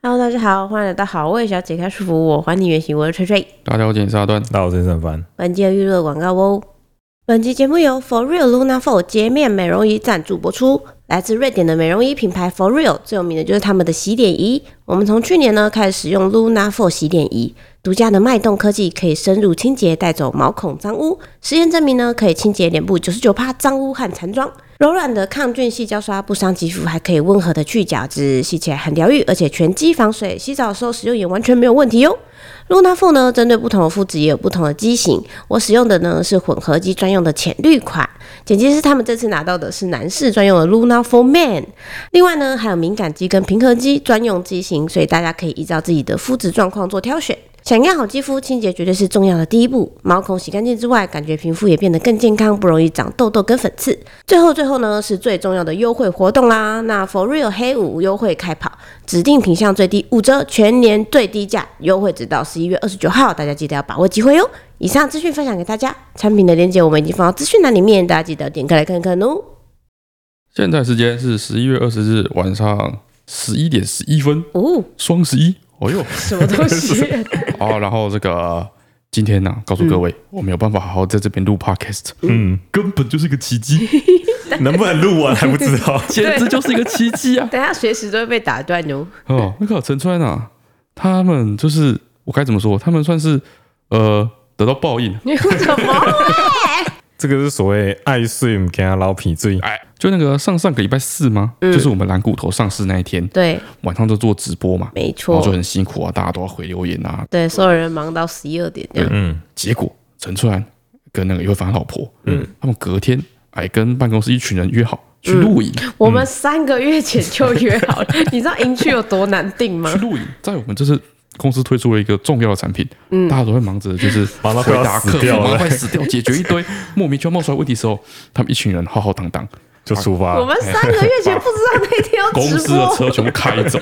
Hello，大家好，欢迎来到好味小姐开束缚，我还你原形，我是吹吹。大家好，我是沙段。那我真上翻，本期的预热广告哦。本期节目由 For Real Luna f o r 洁面美容仪赞助播出。来自瑞典的美容仪品牌 For Real 最有名的就是他们的洗脸仪。我们从去年呢开始使用 Luna f o r 洗脸仪，独家的脉动科技可以深入清洁，带走毛孔脏污。实验证明呢可以清洁脸部九十九趴脏污和残妆。柔软的抗菌细胶刷不伤肌肤，还可以温和的去角质，洗起来很疗愈，而且全肌防水，洗澡的时候使用也完全没有问题哦哟、Luna f o 呢，针对不同的肤质也有不同的机型。我使用的呢是混合肌专用的浅绿款，简介是他们这次拿到的是男士专用的 Luna f o Man。另外呢，还有敏感肌跟平和肌专用机型，所以大家可以依照自己的肤质状况做挑选。想要好肌肤，清洁绝对是重要的第一步。毛孔洗干净之外，感觉皮肤也变得更健康，不容易长痘痘跟粉刺。最后最后呢，是最重要的优惠活动啦！那 For Real 黑五优惠开跑，指定品项最低五折，全年最低价，优惠直到十一月二十九号，大家记得要把握机会哟！以上资讯分享给大家，产品的链接我们已经放到资讯栏里面，大家记得点开来看看哦。现在时间是十一月二十日晚上十一点十一分，哦，双十一。哦呦， 什么东西？ 哦，然后这个今天呢、告诉各嗯位，我没有办法好好在这边录 podcast，嗯，根本就是个奇 迹，。能不能录完啊还不知道简直就是一个奇迹啊！ 等下随时都会被打断哦。哦，那个陈川啊，他们就是我该怎么说？他们算是呃得到报应，你为什么？这个是所谓爱睡不给他老皮醉，哎，就那个上上个礼拜四吗？就是我们蓝骨头上市那一天嗯对，晚上就做直播嘛，没然错后就，很辛苦啊，大家都要回留言啊，对，所有人忙到十一二点这样。嗯，结果陈川跟那个尤凡老婆，嗯，他们隔天哎跟办公室一群人约好去露营，我们三个月前就约好了，你知道营区有多难定吗 去？嗯露营，在我们就是公司推出了一个重要的产品，大家都会忙着就是嗯 忙到回快要答死客户，掉了忙到快死掉，解决一堆莫名其妙冒出来问题的时 候，他们一群人浩浩荡荡，就出发 我了。们三个月前不知道那天要 公直司的播，车全部开 走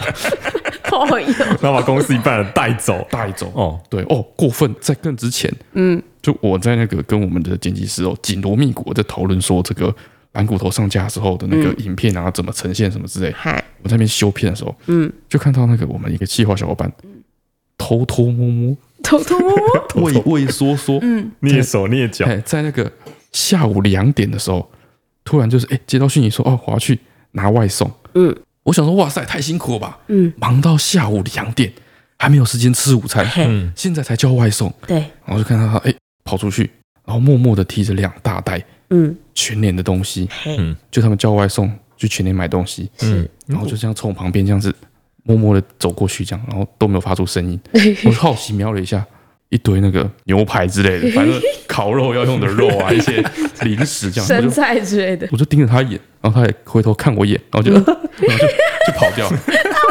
哦哟，然后把公司一半人带 走。带走。哦，对哦，过分，在更之前，嗯，就我在那个跟我们的剪辑师哦紧锣密鼓地在讨论说这个蓝骨头上架之后的那嗯个影片啊，怎么呈现什么之类。嗨，我在那边修片的时候，嗯，就看到那个我们一个企划小伙伴偷偷摸摸、偷偷摸摸，畏畏缩缩，嗯，蹑手蹑脚，哎，在那个下午两点的时候，突然就是哎、接到讯息说哦，我要去拿外送，嗯，我想说哇塞，太辛苦了吧，嗯，忙到下午两点还没有时间吃午餐，嘿，嗯，现在才叫外送，对，然后就看到他哎、跑出去，然后默默的提着两大袋嗯，全年的东西，嘿，嗯就他们叫外送去全年买东西，是，然后就这样从我旁边这样子默默的走过去，这样，然后都没有发出 声音。我就好奇瞄了一下，一堆那个牛排之类的，反正烤肉要用的肉啊，一些零食这样，我生就菜之类的，我就盯着他一眼，然后他也回头看我一眼，然后 就然后就就跑掉了。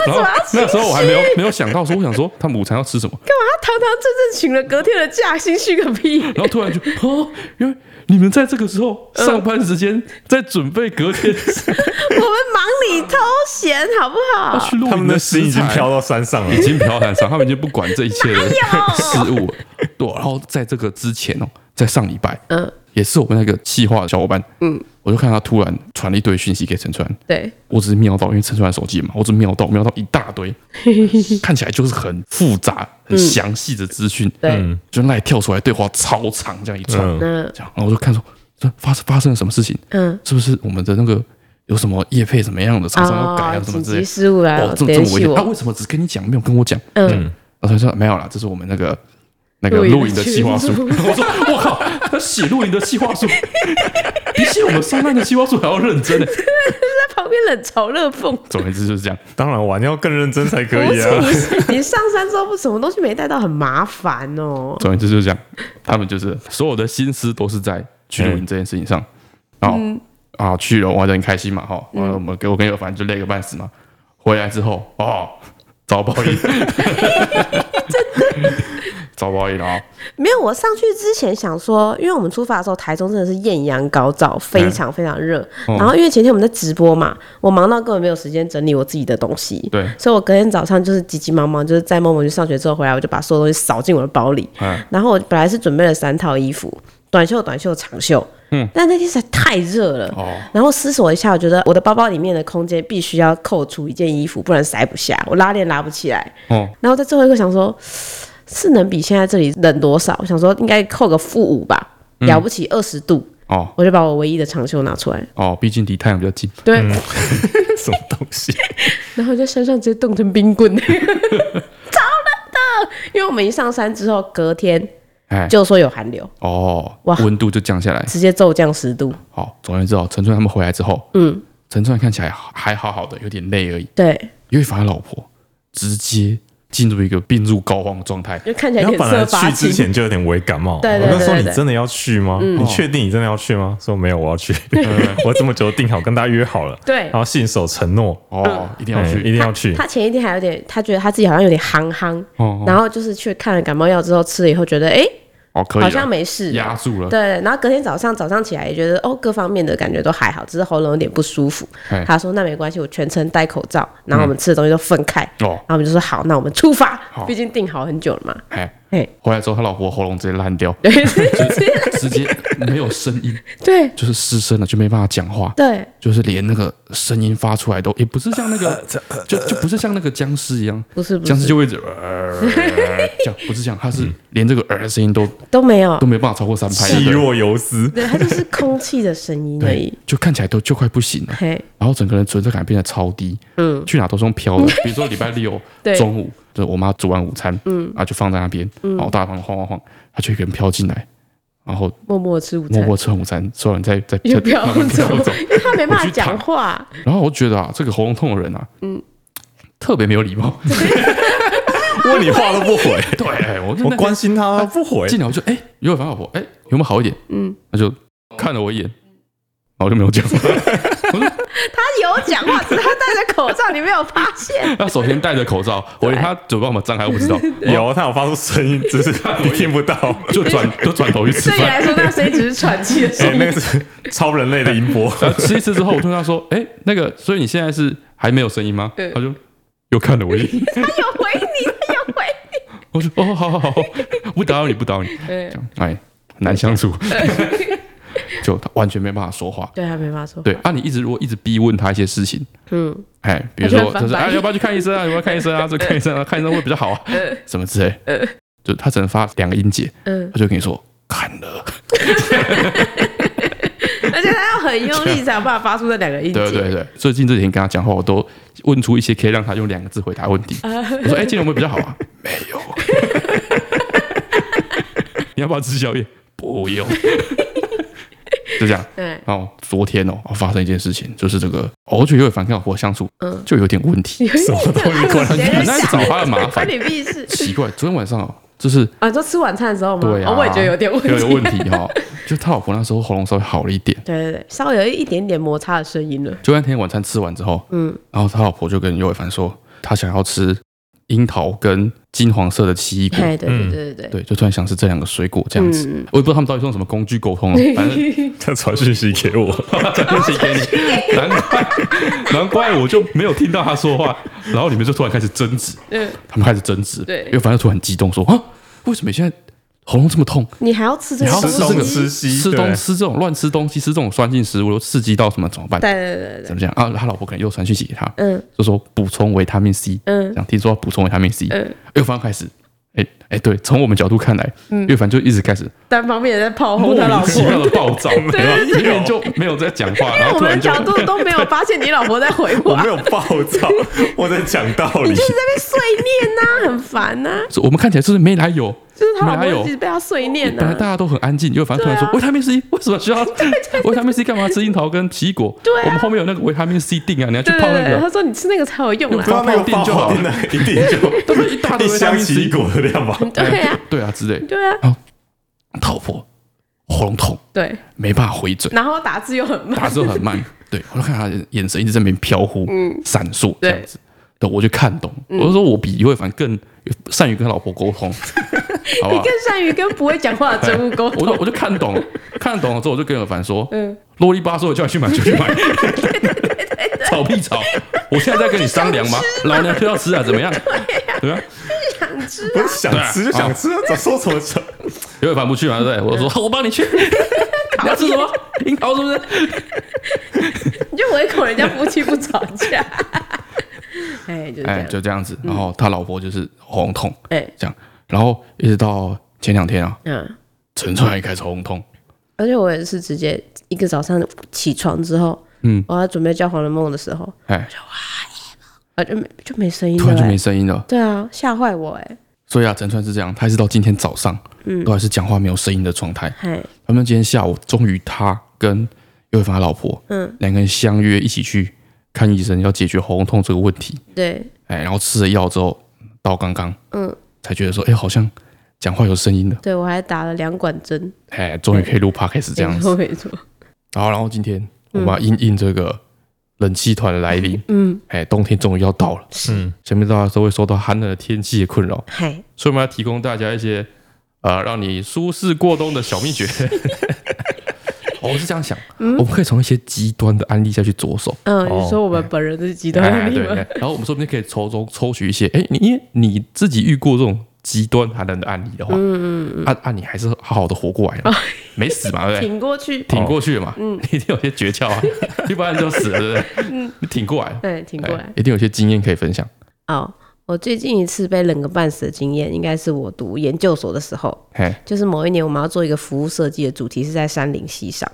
然后那时候我还没有没有想到说，我想说他们午餐要吃什么，干嘛堂堂正正请了隔天的假，心虚个屁！然后突然就哦，原来你们在这个时候嗯上班时间在准备隔 天我们忙里偷闲，好不要好？去露他营们的食心已经材飘到山上了已。经飘到山上，他们已经不管这一切的事物了。对，然后在这个之前哦，在上礼拜，嗯，也是我们那个企划的小伙伴，嗯，我就看他突然传了一堆讯息给陈川，对，我只是瞄到，因为陈川的手机嘛，我只瞄到瞄到一大 堆，看起来就是很复杂、很详细的资讯，嗯对嗯，就那里跳出来对话超长，这样一串，嗯，嗯这样，然后我就看说这发生发生了什么事情，嗯，是不是我们的那个有什么业配怎么样的，厂商要改啊哦什么之紧急类的，事务来哦，这么这联么危系险，我他为什么只跟你讲，没有跟我讲？嗯，然后他说没有啦，这是我们那个那个露露营营的的计计划划书书。我说 我靠，他写露营的计划书， 比写我们上班的计划书还要认真呢。在旁边冷嘲热讽。总而言之就是这样， 当然玩要更认真才可不以是啊。你是， 你上山之后不什么东西没带到，很麻烦哦。 总而言之就是这样。他们就是所有的心思都是在去露营这件事情上。然后嗯啊去了，我就很开心嘛哈。完了我们给我跟友凡就累个半死嘛。回来之后哦，遭报应， 遭报应了啊！没有，我上去之前想说，因为我们出发的时候，台中真的是艳阳高照，非常非常热。嗯哦然后因为前天我们在直播嘛，我忙到根本没有时间整理我自己的东西，对所以我隔天早上就是急急忙忙，就是在梦梦去上学之后回来，我就把所有东西扫进我的包里。嗯然后我本来是准备了三套衣服，短袖、短袖、长袖。嗯，但那天实在太热了。哦，然后思索一下，我觉得我的包包里面的空间必须要扣除一件衣服，不然塞不下，我拉链拉不起来。哦，然后在最后一刻想说，是能比现在这里冷多少？我想说应该扣个负五吧，嗯了不起二十度，哦，我就把我唯一的长袖拿出来，哦，毕竟离太阳比较近。对，嗯什么东 西？然后我在山上直接冻成冰棍， 超冷的。因为我们一上山之后，隔天哎，就说有寒流，哦，哇温度就降下来。直接骤降十度。好，总而言之哦，陈川他们回来之后，嗯，陈川看起来还好好的，有点累而已。对，因为反而老婆直接进入一个病入膏肓的状态。就看起来然后脸本来色发去青之。前就有点微感冒，对对我对就说对你对嗯真的要去吗？你确定你真的要去吗？说没有，我 要去，我这么久定好，跟大家约好了，对然后信守承诺，嗯哦，一定要哎一去。定要去，他前一天还有点，他觉得他自己好像有点憨憨，哦，然后就是去看了感冒药之后吃了以后，觉得哎、诶哦，啊可以了，好像没事了。压住了。对，然后隔天早上早上起来也觉得哦，各方面的感觉都还好，只是喉咙有点不舒服哎。他说那没关系，我全程戴口罩，然后我们吃的东西都分开，哦，然后我们就说好，那我们出发好，毕竟定好很久了嘛。哎，哎，回来之后他老婆喉咙直接烂掉，对对 直接没有声音，对就是失声了，就没办法讲话，对就是连那个声音发出来都也不是像那 个，就就不是像那个僵尸一样，不是不僵尸是就会一直 呃这样，不是这样，他是连这个呃的声音都都 没有都，没办法超过三拍，气若游丝。对，它就是空气的声音而已对。，就看起来都就快不行了，嘿，然后整个人存在感变得超低，嗯，去哪都是用飘的，比如说礼拜六 对中午，就是我妈煮完午餐，嗯，啊就放在那边，嗯然后大房晃晃晃，她就一个人飘进来，然后默默地吃午默餐默，吃完午餐，所有人在在又在飘慢慢 走，飘走。因为他没办我法去躺讲话，然后我觉得啊，这个喉咙痛的人 啊，嗯，特别没有礼貌。 问你话都不回，对，我真我的关心他啊他不回，进来我就哎，有没有烦老婆？哎，有没有好一点？嗯，他就看了我一眼，然后我就没有讲话。 他有讲话，只是他戴着口罩，你没有发 现。他首先戴着口罩，我连他嘴巴有没有张开我不 知道， 有他有发出声音， 只是你听不到。就转就转头去吃对你饭。来说，那声音只是喘气的声哎，音。那个是超人类的音 波，然后吃一次之后，我突然说，哎，那个，所以你现在是还没有声音吗？对他就又看了我一 眼，他有回你，他有回我说哦，好好好，好不打扰你，不打扰你。你。哎，很难相 处，就他完全没办法说话。对他没法说。对啊，你一直如果一直逼问他一些事情，嗯，哎，比如说他他就会翻说白哎眼要不要去看医生啊？要不要看医生啊？这看医生啊，看医生会比较好啊，什么之类。就他只能发两个音节，嗯，他就跟你说看了，而且他要 很用力才有办法发出这两个音节。啊对对对。最近这几天跟他讲话，我都问出一些可以让他用两个字回答问题。我说哎，今天有没有比较好啊？ 没有。 你要不要吃宵夜？不 用。就这样。对然后昨天哦，发生一件事情，就是这个，哦我觉得有点反抗我相处，嗯就有点问题，你什么东 西果然是很难找他的麻烦关你屁 事奇怪。昨天晚上哦，就是啊！你说吃晚餐的时候吗？对啊，哦我也觉得有点问有题。点问题哈、就他老婆那时候喉咙稍微好了一点， 对对对，稍微有一点点摩擦的声音了。就那天晚餐吃完之后，嗯，然后他老婆就跟尤伟凡说，他想要吃樱桃跟金黄色的奇异果。哎，对对对对对。嗯对，就突然想吃这两个水果这样子，嗯我也不知道他们到底是用什么工具沟通啊了，反正他传讯息给我，真是给 你，难怪难怪我就没有听到他说话，然后你们就突然开始争执，嗯，他们开始争执，对因为反正突然很激动说啊，为什么你现在喉咙这么痛？你还要吃这你个还要吃这个东西？吃西吃对东吃这种乱吃东西，吃这种酸性食物，都刺激到什么怎么办？对对对对，怎么讲啊？他老婆可能又传讯息给他，嗯就说补充维他命 C，嗯想听说要补充维他命 C，嗯又反而开始。哎哎，对，从我们角度看来，嗯岳凡就一直开始单方面在炮哦莫轰他老名其妙婆。的暴躁，对对对明明就没有在讲话，然因为后我突们然的就角度都没有发现你老婆在回 我话，没有暴 躁，我在讲道理 你就。是在被碎念呐、很烦呐、是 我们看起来就是没来由， 就是他没老来婆由一。直被他碎念本来呐、大家都很安静，因为反正突然说啊对啊维他命 C 为什么需要 维他命 C 干嘛？吃樱桃跟奇异果。对啊我们后面有那个维他命 C 锭啊，你要去对泡对那对，他个，说你吃那个才有用啊不啦知。道那个放电就好爆电的一 定就都是一大堆一维他箱命奇异 C，果的量吧。 对啊，对啊之类。对啊，他老婆喉咙痛，对。没办法回嘴，然后打字又很慢，打字很嗯慢。对，我就看他的眼神一直在那边飘忽、闪烁这对嗯样子。对，我就看懂，我就说我比尤伟凡更善于跟老婆沟 通，好不你好？更善于跟不会讲话的真物沟我就通。我就看 懂，看懂了之后，我就跟尔凡说，嗯，啰里吧嗦的叫你去买就去买，吵屁吵！我现在在跟你商 量吗？老娘就要吃啊，怎么样？对啊，啊不是想吃就想吃，啊，说什么想？刘伟凡不去嘛，对不对？我就说我帮你 去，你要吃什么？樱桃是不是？你就唯恐人家夫妻不吵架。 哎，就是这哎，样。就这样子。然后他老婆就是喉咙痛，哎，这样，然后一直到前两天啊，嗯，陈川也开始喉咙痛，而且我也是直接一个早上起床之后，嗯，我要准备叫黄人梦的时候，哎，啊，就没就没声音突了、然就没哎声音了。对啊，吓坏我哎、所以啊，陈川是这样，他一直到今天早上，嗯都还是讲话没有声音的状态。嗨，他们今天下午终于他跟尤伟凡的老婆，嗯，两个人相约一起去看医生，要解决喉咙痛这个问题。对，哎，然后吃了药之后，到刚刚嗯，才觉得说，哎，好像讲话有声音了，对我还打了两管针，哎，终于可以录 podcast 这样没子。错没错，然后，然后今天我们要因应这个冷气团的来临，嗯，哎，冬天终于要到了，嗯，想必大家都会受到寒冷的天气的困扰，嗨，所以我们要提供大家一些呃，让你舒适过冬的小秘诀。 哦我是这样想，我们可以从一些极端的案例下去着手。嗯，哦你说我们本人是极端哎，案例对，吗？哎然后我们说不定可以从中抽取一些，哎，你因为你自己遇过这种极端寒冷的案例的话，嗯嗯，啊啊，你还是好好的活过来 了，没死嘛，对不对？挺过去，挺过去了嘛，嗯，一定有些诀窍啊， 要不然就死了，对不对？嗯，你挺过来，对，挺过哎来。一定有些经验可以分享。哦，我最近一次被冷个半死的经验，应该是我读研究所的时候，嘿，就是某一年我们要做一个服务设计的主题是在山林溪上，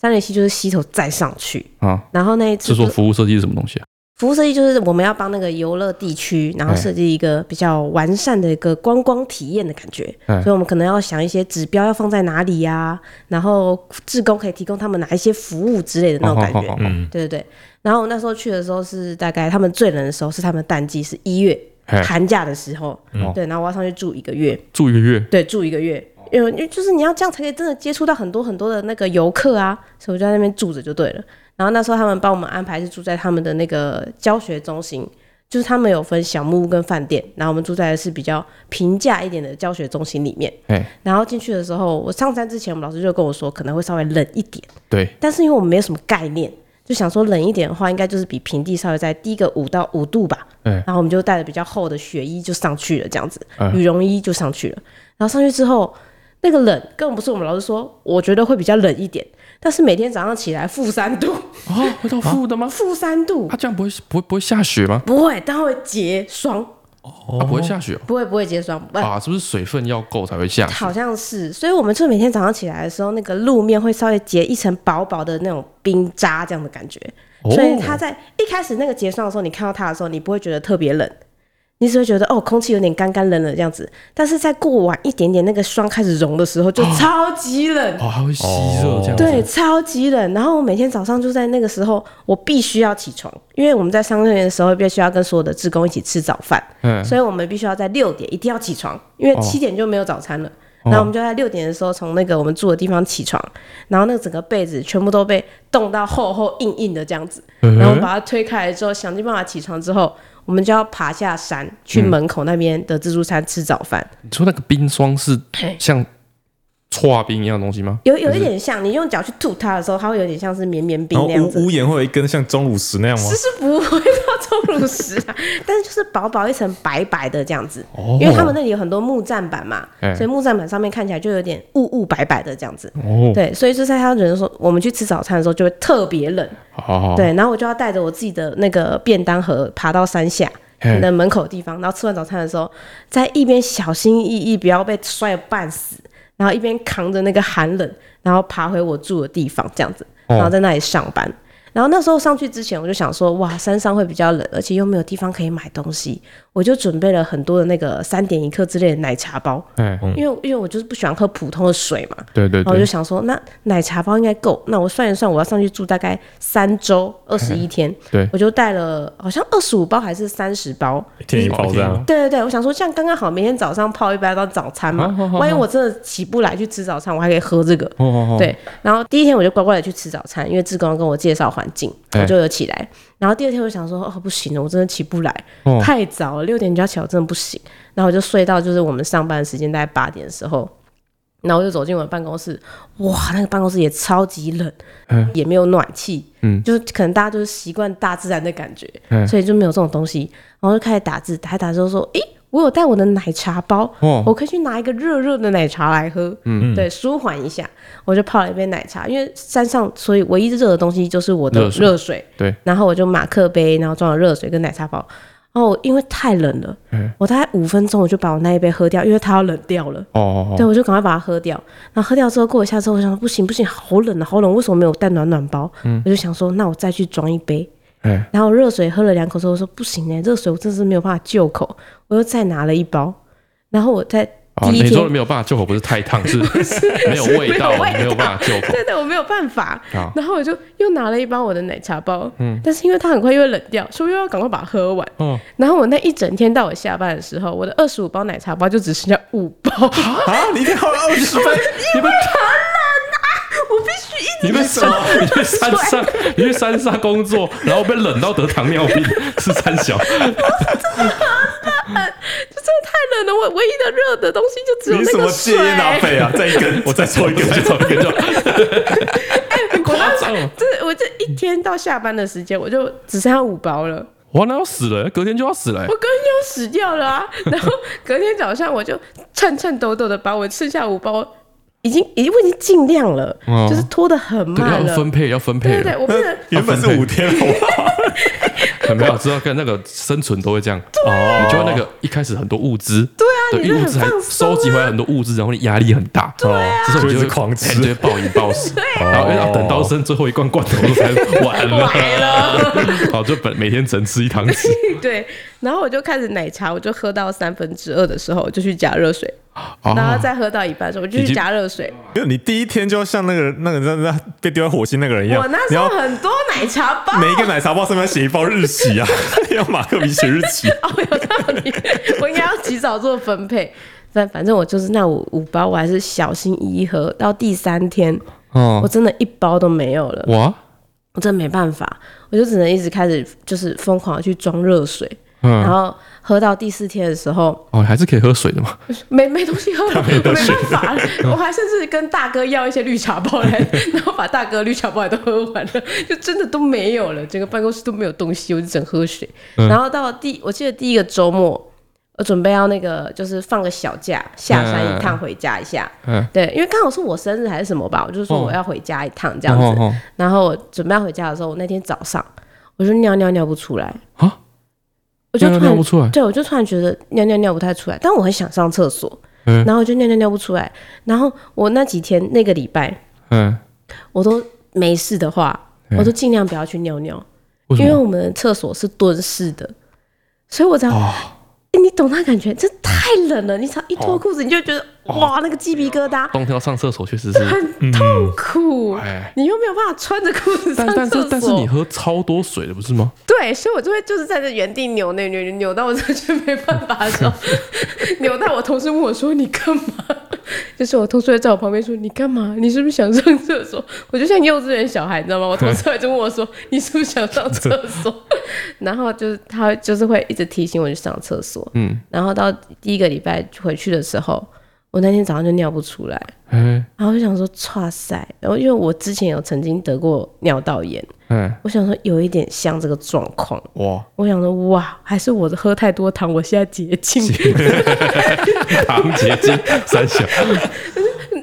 山林溪就是溪头再上去。啊，然后那一是次说就服务设计是什么东西啊？服务设计就是我们要帮那个游乐地区，然后哎设计一个比较完善的一个观光体验的感觉。哎所以我们可能要想一些指标要放在哪里呀、然后志工可以提供他们哪一些服务之类的那种感觉。哦，嗯，对对对。然后我那时候去的时候是大概他们最冷的时候是他们淡季是一月嘿，寒假的时候，哎嗯对。然后我要上去住一个月，住一个月，对，住一个月，因为因为就是你要这样才可以真的接触到很多很多的那个游客啊，所以我就在那边住着就对了。然后那时候他们帮我们安排是住在他们的那个教学中心，就是他们有分小木屋跟饭店，然后我们住在的是比较平价一点的教学中心里面。哎，然后进去的时候，我上山之前，我们老师就跟我说可能会稍微冷一点，对，但是因为我们没有什么概念，就想说冷一点的话，应该就是比平地稍微再低个五到五度吧。嗯然后我们就带着比较厚的雪衣就上去了，这样子，嗯羽绒衣就上去了。然后上去之后，那个冷根本不是我们老师说，我觉得会比较冷一点，但是每天早上起来负 三度，啊，会到负的吗？负三度啊，这样不会不会不会下雪吗？不会，但会结霜，啊，不会下雪哦不会不会结霜，不、啊，是不是水分要够才会下雪？好像是，所以我们就每天早上起来的时候，那个路面会稍微结一层薄薄的那种冰渣这样的感觉，哦所以它在一开始那个结霜的时候，你看到它的时候，你不会觉得特别冷，你只会觉得哦，空气有点干干冷冷这样子。但是在过晚一点点，那个霜开始融的时候，就超级 冷。哦，它会吸热这样子。对，超级冷。然后我每天早上就在那个时候，我必须要起床，因为我们在商业园的时候必须要跟所有的职工一起吃早饭，嗯所以我们必须要在六点一定要起床，因为七点就没有早餐了。然后我们就在六点的时候从那个我们住的地方起床，然后那个整个被子全部都被冻到厚厚硬硬的这样子，然后我们把它推开来之后，想尽办法起床之后，我们就要爬下山去门口那边的自助餐吃早饭。你说那个冰霜是嘿像搓冰一样的东西吗？有有一点像，你用脚去吐它的时候，它会有点像是绵绵冰然后那样子。屋屋檐会有一根像钟乳石那样吗其？实不会到钟乳石啊，但是就是薄薄一层白白的这样子，因为他们那里有很多木栈板嘛，哦哎所以木栈板上面看起来就有点雾雾白白的这样子。哦，对，所以就在他人说，我们去吃早餐的时候就会特别冷，好好，对，然后我就要带着我自己的那个便当盒爬到山下。嘿的门口地方，然后吃完早餐的时候，在一边小心翼翼不要被摔得半死，然后一边扛着那个寒冷，然后爬回我住的地方这样子，哦然后在那里上班。然后那时候上去之前，我就想说，哇，山上会比较冷，而且又没有地方可以买东西，我就准备了很多的那个三点一刻之类的奶茶包，哎，因为因为我就是不喜欢喝普通的水嘛，对对然哦后我就对，想说，那奶茶包应该够。那我算一算，我要上去住大概三周，二十一天。 对我就带了好像二十五包还是三十包。一天一包这样，对对对，我想说这样刚刚好，明天早上泡一杯当早餐嘛。好好好万一我真的起不来去吃早餐，我还可以喝这个。哦哦哦，对，然后第一天我就乖乖的去吃早餐，因为志工跟我介绍环境，哎我就有起来。然后第二天我就想说，哦，不行了，我真的起不来，哦太早了，六点就要起来，我真的不行。然后我就睡到就是我们上班的时间大概八点的时候，然后我就走进我的办公室，哇，那个办公室也超级冷，嗯也没有暖气，嗯就是可能大家就是习惯大自然的感觉，嗯所以就没有这种东西。然后就开始打字，打一打之后说，诶，我有带我的奶茶包，哦我可以去拿一个热热的奶茶来喝，嗯对，舒缓一下。我就泡了一杯奶茶，因为山上所以唯一热的东西就是我的热水热水，对，然后我就马克杯，然后装了热水跟奶茶包。哦，因为太冷了，嗯我大概五分钟我就把我那一杯喝掉，因为它要冷掉了。哦，对，我就赶快把它喝掉。然后喝掉之后，过一下之后，我想说不行不行，好冷啊，好冷，为什么没有带暖暖包？我就想说，那我再去装一杯。嗯哎，然后热水喝了两口之后，我说不行哎、热水我真是没有办法救口，我又再拿了一包。然后我在哦，第一你天，说的没有办法救火，不是太烫，是没有味道， 啊没没有味道有办法救 啊火。对对，我没有办法好。然后我就又拿了一包我的奶茶包，嗯但是因为它很快又会冷掉，所以我又要赶快把它喝完。哦然后我那一整天到我下班的时候，我的二十五包奶茶包就只剩下五包，啊，你一天喝了二 十杯，你们啊我必须一你们什么？你去山上，你去山上工作，然后被冷到得糖尿病，是三小。就真的太冷了，我唯一的热的东西就只有你什那么个戒水。烟拿 肺啊？再一根， 我再抽一根，再抽一根就我夸张 了，这我这一天到下班的时间，我就只剩下五包了，哇，那要死了，隔天就要死了、欸我。隔天就死掉 了啊！然后隔天早上我就蹭蹭抖抖的把我剩下五包，已经已经我已经尽量了，哦就是拖得很对，慢要了。分配，要分配对对了。 对，我不能 原本是五天，好不好？很没有，知道跟那个生存都会这样。哦，你就会那个一开始很多物资，对啊你就物很资还放松啊收集回来很多物资，然后你压力很大，对啊这时候你就就一直会狂吃哎就会暴饮暴食，然后哎哦要等到剩最后一罐罐头才完了，好，就本每天只能吃一汤匙， 对。然后我就开始奶茶，我就喝到三分之二的时候，我就去加热水，哦然后再喝到一半的时候，我就已去经加热水。没有，你第一天就要像那个那个那那被丢在火星那个人一样，我那你时候要很多奶茶包，每一个奶茶包上面写一包日期啊， 你要马克笔写日期。 哦，有道理，我应该要及早做分配。 反反正我就是那五五包，我还是小心翼翼喝到第三天，我哦，真的一包都没有了，哇，我真的没办法，我就只能一直开始就是疯狂的去装热水，然嗯，后喝到第四天的时候，哦，还是可以喝水的嘛，没没东西喝 了，我没办法了，我还甚至跟大哥要一些绿茶包 来，然后把大哥绿茶包也都喝完了，就真的都没有了，整个办公室都没有东西，我就只能喝水。嗯然后到第，我记得第一个周末，我准备要那个就是放个小假，下山一趟回家一下。嗯，对，因为刚好是我生日还是什么吧，我就说我要回家一趟这样子。哦哦然后我准备要回家的时候，我那天早上我就尿尿尿不出来，啊，我就尿突尿然不出来对我就突然觉得尿尿尿不太出来，但我很想上厕所，嗯然后我就尿尿尿不出来。然后我那几天那个礼拜嗯，我都没事的话，嗯我都尽量不要去尿尿，为什因为么？我们的厕所是蹲式的，所以我只要、哦诶你懂那感觉，这太冷了，你只要一哦脱裤子，你就觉得、哇，那个鸡皮疙瘩冬天要上厕所确实是，很痛苦，嗯哎，你又没有办法穿着裤子上但但厕所是。但是你喝超多水的不是吗？对，所以我就会就是在这原地扭扭扭扭扭到我真的觉得没办法的时候，扭到我同事问我说你干嘛？就是我同事会在我旁边说你干嘛？你是不是想上厕所？我就像幼稚园小孩，你知道吗？我同事会就问我说你是不是想上厕所？然后就是他就是会一直提醒我去上厕所，嗯，然后到第一个礼拜回去的时候，我那天早上就尿不出来，哎然后我就想说哇塞，然后因为我之前有曾经得过尿道炎，哎，我想说有一点像这个状况。哇，我想说，哇，还是我喝太多糖，我现在洁净。糖结晶三小。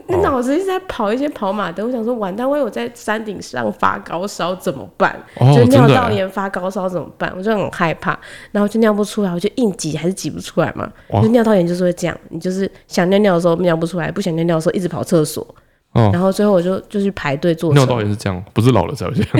那哦 脑子一直在跑一些跑马灯，我想说，完蛋，万一我在山顶上发高烧怎么办？哦就尿真的道欸炎发高烧怎么办？我就很害怕，然后就尿不出来，我就硬挤还是挤不出来嘛。哇就尿道炎就是会这样，你就是想尿尿的时候尿不出来，不想尿尿的时候一直跑厕所，哦然后最后我就就去排队坐 尿车。道炎是这样，不是老了才会这 样。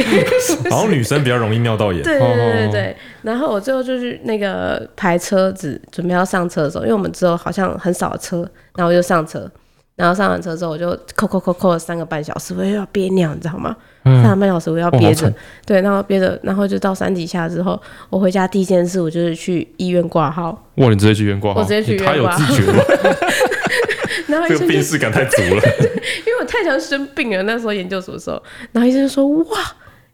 好像女生比较容易尿道炎，对哦对哦对哦对对，然后我最后就去那个排车子，准备要上车的时候，因为我们之后好像很少车，然后我就上车，然后上完车之后我就扣扣扣扣了三个半小时，我又要憋尿，你知道吗？三个半小时我要哇好憋着惨，对，然后憋着，然后就到山底下之后，我回家第一件事我就是去医院挂号，哇，你直接去医院挂号，我直接去医院他有挂自 觉吗？然后医这个生就病逝感太足了。因为我太常生病了，那时候研究所的时候，然后医生就说：“哇，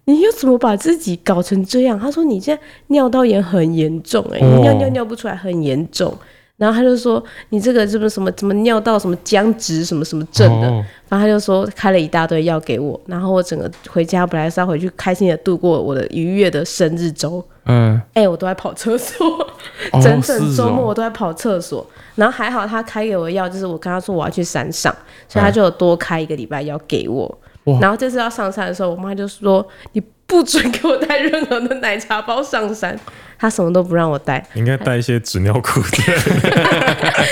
你又怎么把自己搞成这样？”他说：“你现在尿道炎很严重、欸，哎、哦你尿尿尿不出来很严重。”然后他就说：“你这个是不是什么什么尿道什么僵直什么什么症的？”哦反正他就说开了一大堆药给我，然后我整个回家本来是要回去开心的度过我的愉悦的生日周，嗯，哎、我都在跑厕所， 哦整整周末我是都在跑厕所。然后还好他开给我的药，就是我跟他说我要去山上，所以哎他就有多开一个礼拜药给我哇。然后这次要上山的时候，我妈就说：“你不准给我带任何的奶茶包上山。”她什么都不让我带，应该带一些纸尿裤之 类的。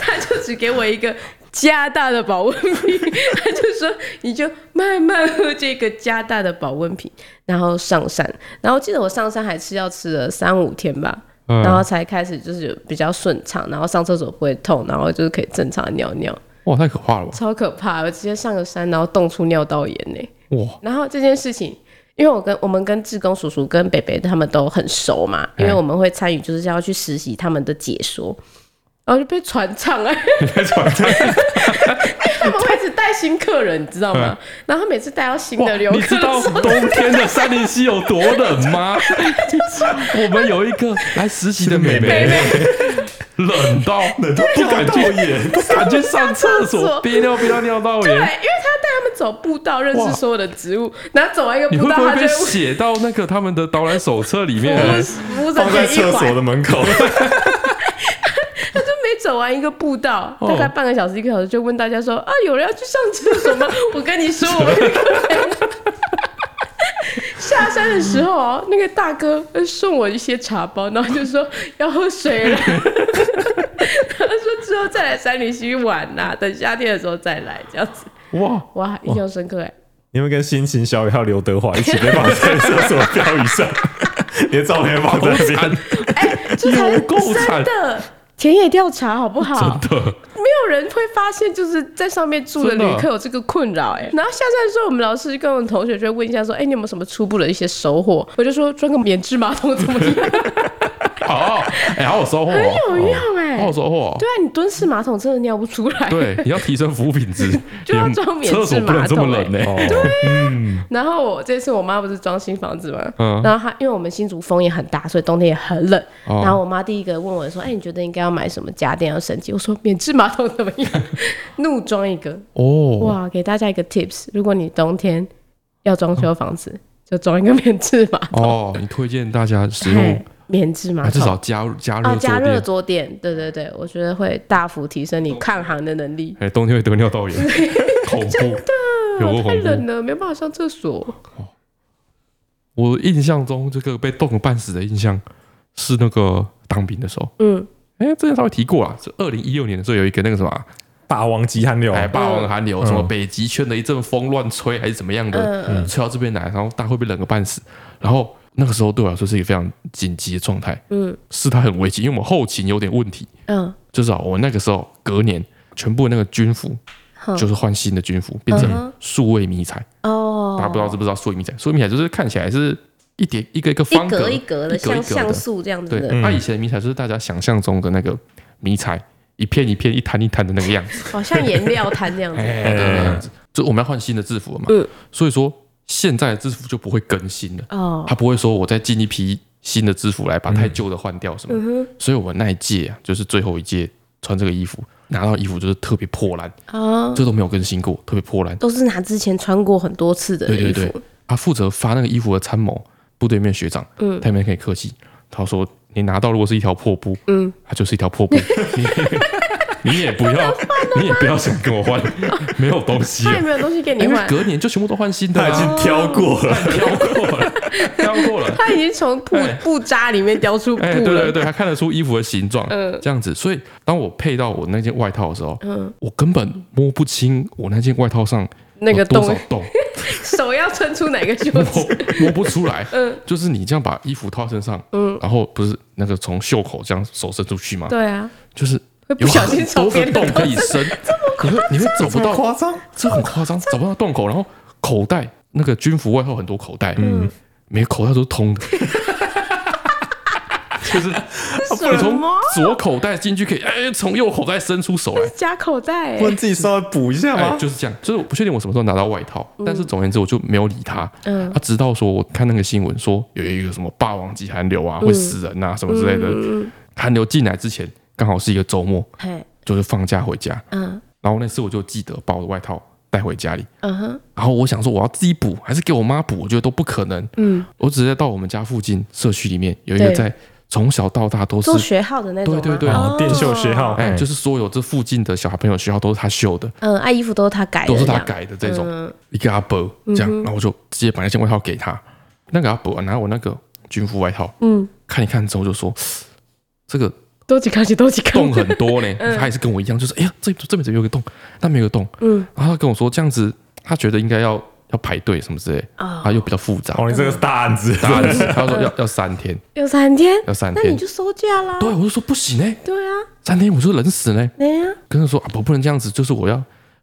她就只给我一个加大的保温瓶，她就说：“你就慢慢喝这个加大的保温瓶，然后上山。”然后我记得我上山还吃药吃了三五天吧，哦，然嗯后才开始就是有比较顺畅，然后上厕所不会痛，然后就是可以正常尿尿，哇，太可怕了吧！超可怕！我直接上个山，然后冻出尿道炎呢、哇，然后这件事情，因为我跟我们跟志工叔叔跟北北他们都很熟嘛，因为嗯我们会参与就是要去实习他们的解说。然后就被传唱哎、 他们会一直带新客人，你知道吗？然后他每次带到新嗯哇的游你客知的时道候，冬天的三零七有多冷吗？ 我们有一个来实习的妹妹，冷到冷到不敢去演，不敢 去上厕所，憋尿憋到尿道对，因为炎。他带他们走步道，认哇识所有的植物，然后走完一个你步会道，不会他就被会写到那个他们的导览手册里面？ 无无放整在天一厕所环的，门 口，他就每走完一个步道，哦大概半个小时一个小时，就问大家说啊，有人要去上厕所吗？ 我跟你说，我们那个人下山的时候哦，那个大哥送我一些茶包，然后就说要喝水了， 他说之后再来山里溪玩啦、啊等夏天的时候再来这样子。哇，哇，印象深刻哎！你们跟心情小雨还有刘德华一起被放在厕所标语 上，你的照片放在那边， 这才有是够惨真的田野调查好不好？ 真的没有人会发现，就是在上面住的旅客有这个困扰哎、然后下山的时候，我们老师跟我们同学就会问一下说：“哎、你有没有什么初步的一些收获？”我就说装个免治马桶怎么样？ 好，哎，好有收获哦，很有用哎好有收获哦。对啊，你蹲式马桶真的尿不出来。对，你要提升服务品质， 就要装免厕所治不能马这么桶欸冷哦呢。然后我这次我妈不是装新房子嘛，嗯然后她因为我们新竹风也很大，所以冬天也很冷。哦然后我妈第一个问我说：“哎、你觉得应该要买什么家电要升级？”我说：“免治马桶怎么样？” 怒装一个。哦，哇，给大家一个 tips：如果你冬天要装修房子，就装一个免治马桶，哦，你推荐大家使用嘿，免治马啊，桶，至少加入加热啊加热坐垫，桌垫，对对对，我觉得会大幅提升你抗寒的能力。哎，冬天会得尿 道炎，恐怖。有啊过太恐怖冷。了，没办法上厕所。我印象中这个被冻得半死的印象是那个当兵的时候，嗯，哎，之前稍微提过啦，是二零一六年的时候有一个那个什么啊，霸王级汗流，哎，霸王寒流，什么嗯北极圈的一阵风乱吹还是怎么样的，嗯，吹到这边来，然后大家会被冷个半死。然后那个时候对我来说是一个非常紧急的状态，嗯，是它很危急，因为我们后勤有点问题，嗯，就是啊，我那个时候隔年全部那个军服好就是换新的军服，变嗯成数位迷彩。哦，大家不知道知不知道数位迷彩？数位迷彩就是看起来是一叠一个一个方一格一一格的，一格像像的。素这样子对，的，那、以前的迷彩就是大家想象中的那个迷彩，一片一片、一滩一滩的那个样子。好哦像颜料摊这样 子。哎，嗯对那样子，就我们要换新的制服了嘛。嗯所以说现在的制服就不会更新了，哦，他不会说我再进一批新的制服来把太旧的换掉什么。嗯所以我那一届啊，就是最后一届穿这个衣服，拿到衣服就是特别破烂，哼，哦，这都没有更新过，特别破烂。都是拿之前穿过很多次的对对衣对服。，他负责发那个衣服的参谋部队里面学长，嗯他里面可以客气，他说你拿到如果是一条破布，嗯，它就是一条 破布， 你你也不要，你也不要想跟我 换，没有东西他有了，没有东西给你因为换？隔年就全部都换新的 他已啊，经挑过哎了，挑过了，挑过了。他已经从布哎布渣里面雕出布哎、了。对对对，他看得出衣服的形状，嗯这样子。所以当我配到我那件外套的时候，嗯我根本摸不清我那件外套上那个有多洞少洞，手要伸出哪个袖摸子？ 摸不出来。嗯就是你这样把衣服套身上，然后不是那个从袖口这样手伸出去吗？对啊，就是会不有小很心从多别个人洞的可以 伸，你会你会哎找不这么到，夸张，这很夸张，找不到洞口，然后口袋那个军服外套很多口袋，嗯，每个口袋都是通 的。就是你什从么左口袋进去可以，哎，从右口袋伸出手来，夹口袋、不欸能，自己稍微补一下哎，吗？就是这样。就是我不确定我什么时候拿到外套，但是总而言之，我就没有理他。嗯他直到说我看那个新闻说有一个什么霸王级寒流啊，嗯会死人啊什么之类的。寒流进来之前刚好是一个周末，嘿，就是放假回家，嗯然后那次我就记得把我的外套带带回家里。嗯哼，然后我想说我要自己补，还是给我妈补？我觉得都不可能。嗯，我只是到我们家附近社区里面有一个对在从小到大都是做学号的那种吗，对对对啊，电秀学号，哎，哎，就是是所有这附近的小朋友学校都是他绣的，嗯，爱衣服都是他改的，都是他，改的这种、嗯一个阿伯这样，然后我就直接把那件外套给他，那个阿伯啊拿我那个军服外套嗯，看一看之后就说，这 个多几看起多几看，洞很多呢，他也是跟我一样，就是哎呀这这边怎么有个洞，那边有个洞，嗯然后他跟我说这样子，他觉得应该要要排队什么之类，啊，啊又比较复杂，哦，你这个是大案子，大家他说要要三天，有三天，要三那天你，就收假啦，对我就说不行呢，对啊，三天我就冷死呢。哎呀，跟他说啊，我不能这样子，就是我要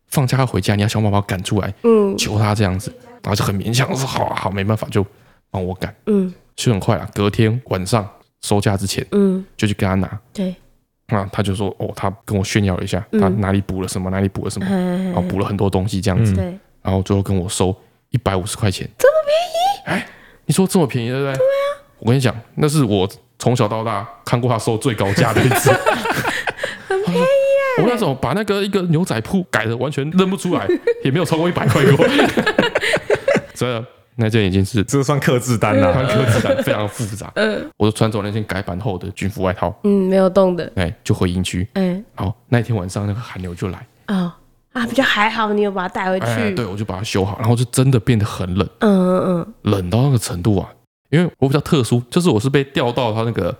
放假要回家，你要想办法把我赶出来，嗯求他这样子，然后就很勉强说好啊好，没办法就帮我赶，嗯其实很快啦，啊隔天晚上收假之前嗯，就去跟他拿，对，那他就说哦，他跟我炫耀了一嗯下，他哪里补了什么，哪里补了什么，哎然后补了很多东西这样子，对，然后最后跟我收一百五十块钱，这么便宜？哎，你说这么便宜对不对？对啊，我跟你讲，那是我从小到大看过他收最高价的一次， 很便宜啊我那时候把那个一个牛仔裤改的完全认不出来，也没有超过一百块过， 真的，那件已经是 这个算克制单啊穿啦，科技感非常复 杂。我就穿着那件改版后的军服外套，嗯，没有动的，哎，就回营区。哎，好，那一天晚上那个寒流就来，哦啊，比较还好，你有把它带回哎，去，对我就把它修好，然后就真的变得很冷。嗯嗯冷到那个程度啊，因为我比较特殊，就是我是被调到他那个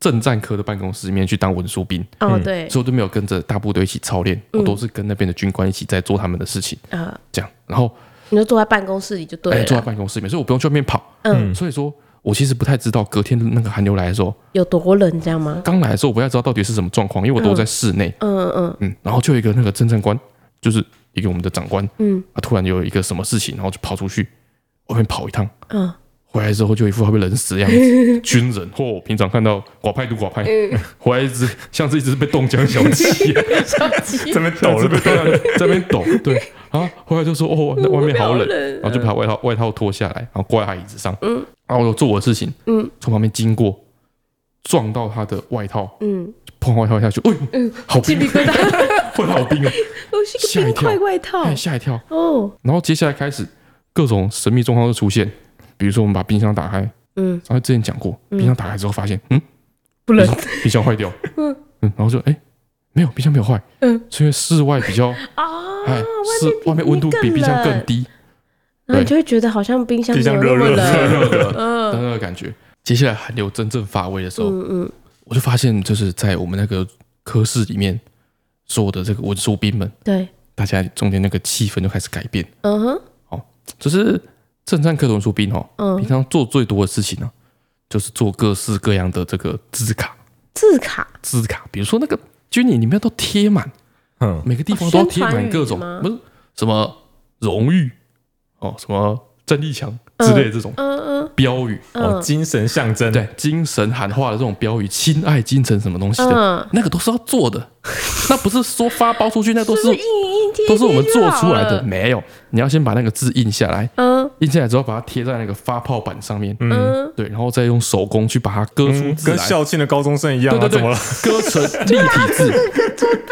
政战科的办公室里面去当文书兵，嗯，哦嗯对，所以我就没有跟着大部队一起操练，我都是跟那边的军官一起在做他们的事情，嗯啊，这样，然后你就坐在办公室里就哎对坐在了，办公室里面，所以我不用去外面跑，嗯，所以说。我其实不太知道隔天那个寒流来的时候，有多冷，这样吗？刚来的时候我不太知道到底是什么状况，因为我都在室内，嗯嗯嗯，然后就有一个那个政战官，就是一个我们的长官，嗯啊，突然有一个什么事情，然后就跑出去外面跑一趟，嗯，回来之后就一副要被冷死的样子。军人或我平常看到寡派独寡派，回来一只像是一只被冻僵小鸡， 这边抖在了被冻僵啊在那边抖。对，然后回来就说哦，那外面好冷，然后就把外套外套脱下来，然后挂在他椅子上。嗯，然后我做我的事情，嗯，从旁边经过，撞到他的外套，嗯，碰外套下去，哎呦，好冰，会好冰哦， 我是吓个一冰跳块外套哎，吓一跳。哦，然后接下来开始各种神秘状况就出现，比如说我们把冰箱打开，嗯，然后之前讲过，冰箱打开之后发现，嗯，不冷，冰箱坏掉， 嗯然后就哎、没有，冰箱没有坏，嗯，是因为室外比较，啊，哎，室外面温度比冰箱更低，然后你就会觉得好像冰箱冰没箱有热那嗯热么冷，热热的，的 那个感觉。接下来寒流真正发威的时候，嗯嗯，我就发现就是在我们那个科室里面，所有的这个文书兵们，对，大家中间那个气氛就开始改变，嗯哼，就是正战科的文书兵哦，嗯平常做最多的事情呢、就是做各式各样的这个字卡，字卡字卡，比如说那个军营里面都贴满。嗯，每个地方都要贴哦宣传满语各种，吗不是什么荣誉哦，什么战力强之嗯类的这种标语，哦，精神象征，对，精神喊话的这种标语，亲爱精神什么东西的嗯，那个都是要做 的，那不是说发包出去，那都是印印贴都是我们贴就做好出来的，了，没有，你要先把那个字印下来，嗯印下来之后把它贴在那个发泡板上面，嗯，对，然后再用手工去把它割出嗯，字跟来，校庆的高中生一样对啊，对怎对 么了？，割成立体 字。啊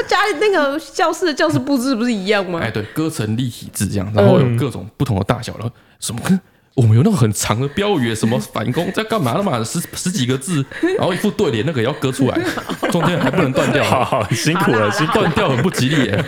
家里那个教室的教室布置不是一样吗 哎，？对，割成立体字这样，然后有各种不同的大小，然后什么 跟我们有那种很长的标语，什么反攻在干嘛的嘛，十十几个字，然后一副对联，那个也要割出来，中间还不能断好掉，好 辛苦了，辛苦断掉很不吉利耶，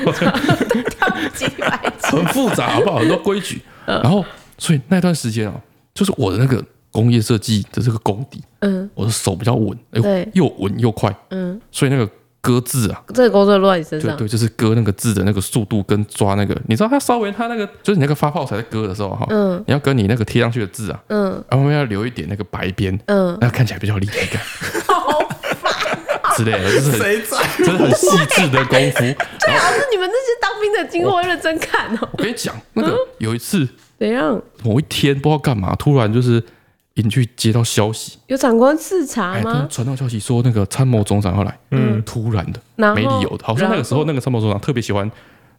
很复杂，好不好？很多规矩，然后所以那段时间哦，就是我的那个工业设计的这个功底，嗯，我的手比较稳，哎对又稳又快，嗯，所以那个割字啊，这个工作落在你身对上，对，就是割那个字的那个速度跟抓那个，你知道它稍微它那个就是你那个发泡材在割的时候哈，嗯你要跟你那个贴上去的字啊，嗯然后我们要留一点那个白边，嗯，啊那看起来比较有立体 感，之类的，就是很谁在？真的很细致的功 夫。对啊，是你们那些当兵的经过认真看哦，我跟你讲，那个有一次怎样？某一天不知道干嘛，突然就是营区接到消息，有长官视察哎，突然啊吗？传到消息说那个参谋总长要来，嗯，突然的，然后没理由的，好像那个时候那个参谋总长特别喜欢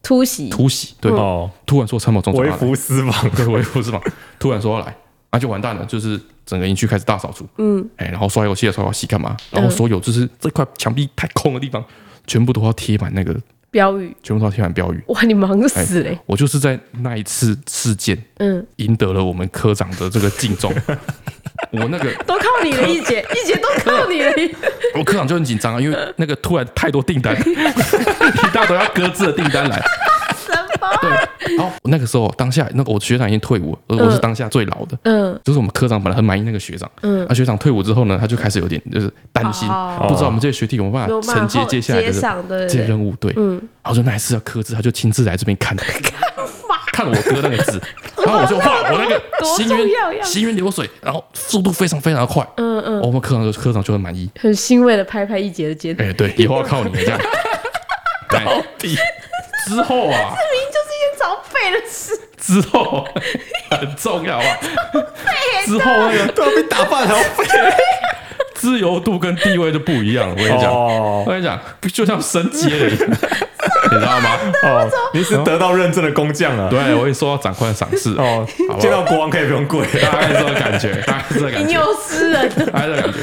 突袭，突袭，对，哦，突然说参谋总长微要来。服 私访，对，我也不是嘛，突然说要来，啊那就完蛋了，就是整个营区开始大扫除，嗯，哎、然后刷油漆的刷油漆干嘛？然后所有就是这块墙壁太空的地方，全部都要贴满那个标语，全部都贴满标语。哇，你忙死嘞、我就是在那一次事件嗯，赢得了我们科长的这个敬重。我那个都靠你了，一 姐，一姐都靠你了。我科长就很紧张啊，因为那个突然太多订单， 一大堆要搁置的订单来。对，然后我那个时候当下那个我学长已经退伍了，而我是当下最老的，嗯，就是我们科长本来很满意那个学长，嗯，啊学长退伍之后呢，他就开始有点就是担心，哦不知道我们这些学弟有没有办有法承接接下来的接上对这些对对，任务，对，嗯，然后就那一次要刻字，他就亲自来这边看，看我哥那个 字，然后我就画我那个多行重要呀云行云流水，然后速度非常非常快，嗯嗯，哦我们科长就科长就很满意，很欣慰的拍拍一姐的肩，哎、 对，以后要靠你了这样，到底之后啊，明明就是一件早废的事，之后 很重 要啊，之后那个都要被打败了， 自由度跟地位就不一样了，我跟你讲，我哦跟你讲，就像升阶了一 样，你知道吗？哦，你是得到认证的工匠啊，对，我会受到长官的赏识，哦好，吧 见到国王可以不用跪，啊大 概是这个感 觉，大概是这个感引觉。诱诗人。还是感觉。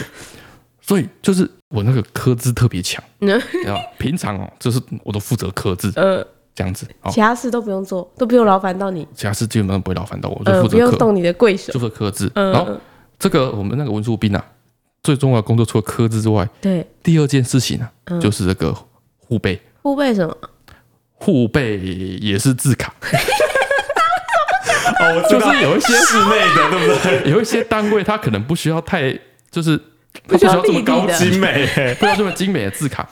所以就是我那个科字特别强，嗯你 知道，平常哦，就是我都负责科字呃，这样子，哦，其他事都不用做，都不用劳烦到你，其他事基本上不会劳烦到我，我就呃，负不责用科，动你的贵手就。负责科字。嗯然后这个我们那个文书兵啊，最重要的工作除了科字之外，对，第二件事情呢、嗯啊，就是这个护背，护背什么？护背也是字卡，哦，我知就道是有一些室内的，对 不对？有一些单位他可能不需要太就是。他不不需需要要这么立高体的级，精美欸，不需要这么精美的字 卡，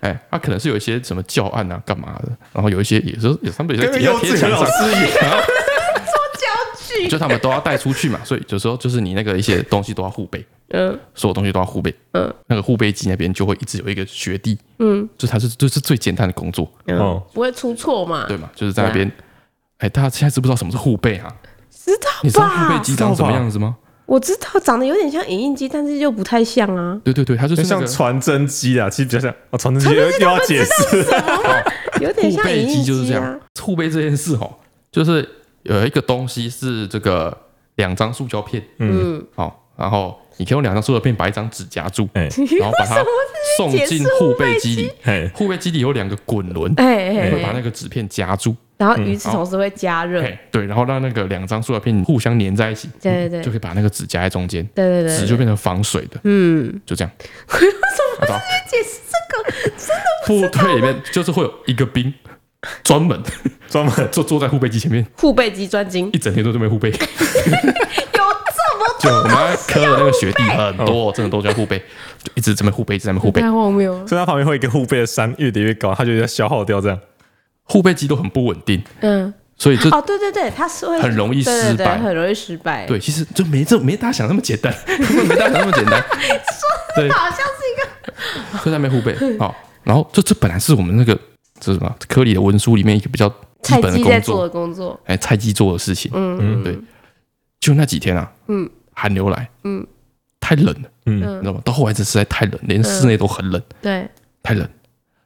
哎，他可能是有一些什么教案啊，干嘛的，然后有一些也是有他们有些跟贴幼在贴稚园墙老上，啊师一样。就他们都要带出去嘛，所以有时候就是你那个一些东西都要互背，嗯所有东西都要互背。嗯，那个互背机那边就会一直有一个学弟，嗯，就他是就是最简单的工作，哦，不会出错嘛？对嘛？就是在那边，哎，大家现在知不知道什么是互背啊？知道你知道互背吧？机长什么样子吗？我知道，长得有点像影印机，但是又不太像 啊。对对对，他就是那就哎像个传真机啊，其实比较像哦，传真机又又要解释，有点互像背影机印就是这啊样。，互背这件事哦，就是有一个东西是这个两张塑胶片，嗯，好，然后你可以用两张塑胶片把一张纸夹住，哎嗯然后把 它送进护背机里。哎，护背机里有两个滚轮，哎哎嗯会把哎，那个纸片夹住，然后鱼翅同时会加热，哎，对，然后让那个两张塑料片互相粘在一起，对对嗯就对可以把那个纸夹在中间，对对 纸对，就变成防水的，嗯，就这样。为啊什懂么解释这个？部队里面就是会有一个兵专门专门坐坐在护背机前面，护背机专精一整天都在那边护背。有这么就我 们科的那个学弟很多，哦真的都在护背，就一直这边护背，一直在那边护背太。荒谬 了。所以它旁边会有一个护背的山越叠越高，它就要消耗掉这样。护背机都很不稳定，嗯，所以就哦，对对对，它是会很容易对对失对败很容易失败。对，其实就没这没大家想那么简 单，没大家想那么简单。对，好像是一个就在那边互背嗯好，然后这这本来是我们那个这是什么科里的文书里面一个比较基菜本鸡的在工做作的，工作，哎，菜鸡做的事情。嗯对，就那几天啊，嗯，寒流来，嗯，太冷了，嗯，你嗯知道吗？到后来这实在太冷，连室内都很冷，对，太冷。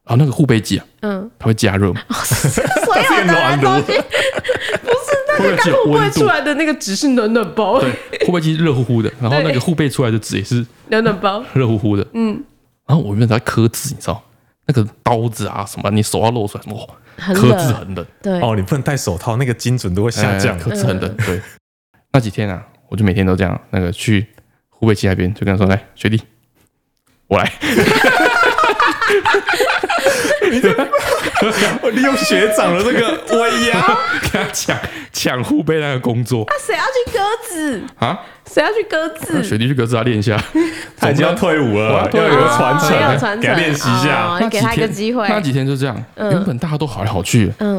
然后那个护背机啊，嗯，它会加热嘛， 啊 所有的东西不是那会个有这种 刚护 背温出度。来的那个只是暖暖包，对，护背机热乎乎的，然后那对个护背出来的纸也是 暖暖包，热乎乎的。嗯，然后我原本在刻字，你知道，那个刀子啊什么，你手要露出来，哇，很刻字冷，很冷。对，哦，你不能戴手套，那个精准度会下降哎。 可是很冷。对，那几天啊，我就每天都这样，那个去湖北旗那边，就跟他说：“来，学弟，我来。 我利用学长的这个 威压，”跟他抢抢湖北那个工作那谁要去鸽子？啊，谁要去鸽那子？学弟去格子他啊练一下。 他已经要退伍我了要，退要伍有了个传哦要承，有传承给他练习一下。哦给他一个那几天机会那几天就这样，嗯原本大家都好来好去，嗯，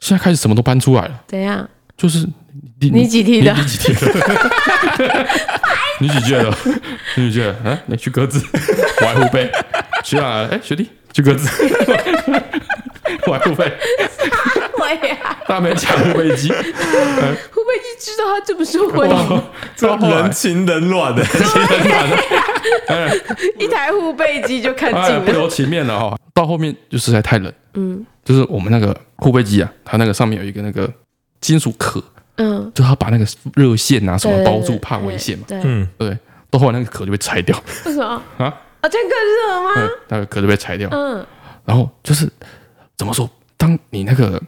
现在开始什么都搬出来了，怎样？就是你你几梯的你你几天的？你几届的？你几届的？哎，你去格子，我来湖北。学长来了，哎，学弟去格子， 我来湖北。对呀，大美抢护背机，哦护背机知道他这么受欢迎，哇这到后来人情冷暖的，一台护背机就看哎，不尽了。留情面了哈、到后面就实在太冷，嗯，就是我们那个护背机啊，它那个上面有一个那个金属壳，嗯，就它把那个热线啊什对么对包对住，怕危险嘛。对，嗯对，到后来那个壳就被拆掉嗯为什么？啊，啊，这样更热吗？对，那个壳就被拆掉。嗯，然后就是怎么说？当你那个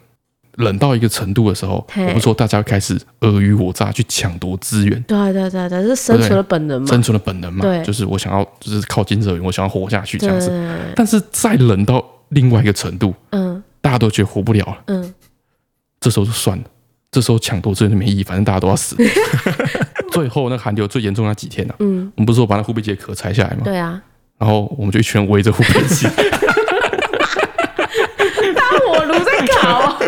冷到一个程度的时候，嘿我们说大家会开始尔虞我诈，去抢夺资源，对对对对，这是生存的本能嘛。生存的本能嘛嗯对，就是我想要，就是靠近热源，我想要活下去这对样对子。对，但是再冷到另外一个程度，嗯大家都觉得活不了了，嗯，这时候就算了，这时候抢夺资源就没意义，反正大家都要 死。最后那个寒流最严重那几天啊，嗯，我们不是说把那护背机的壳拆下来吗？对啊，然后我们就一群人围着护背机，火炉在烤，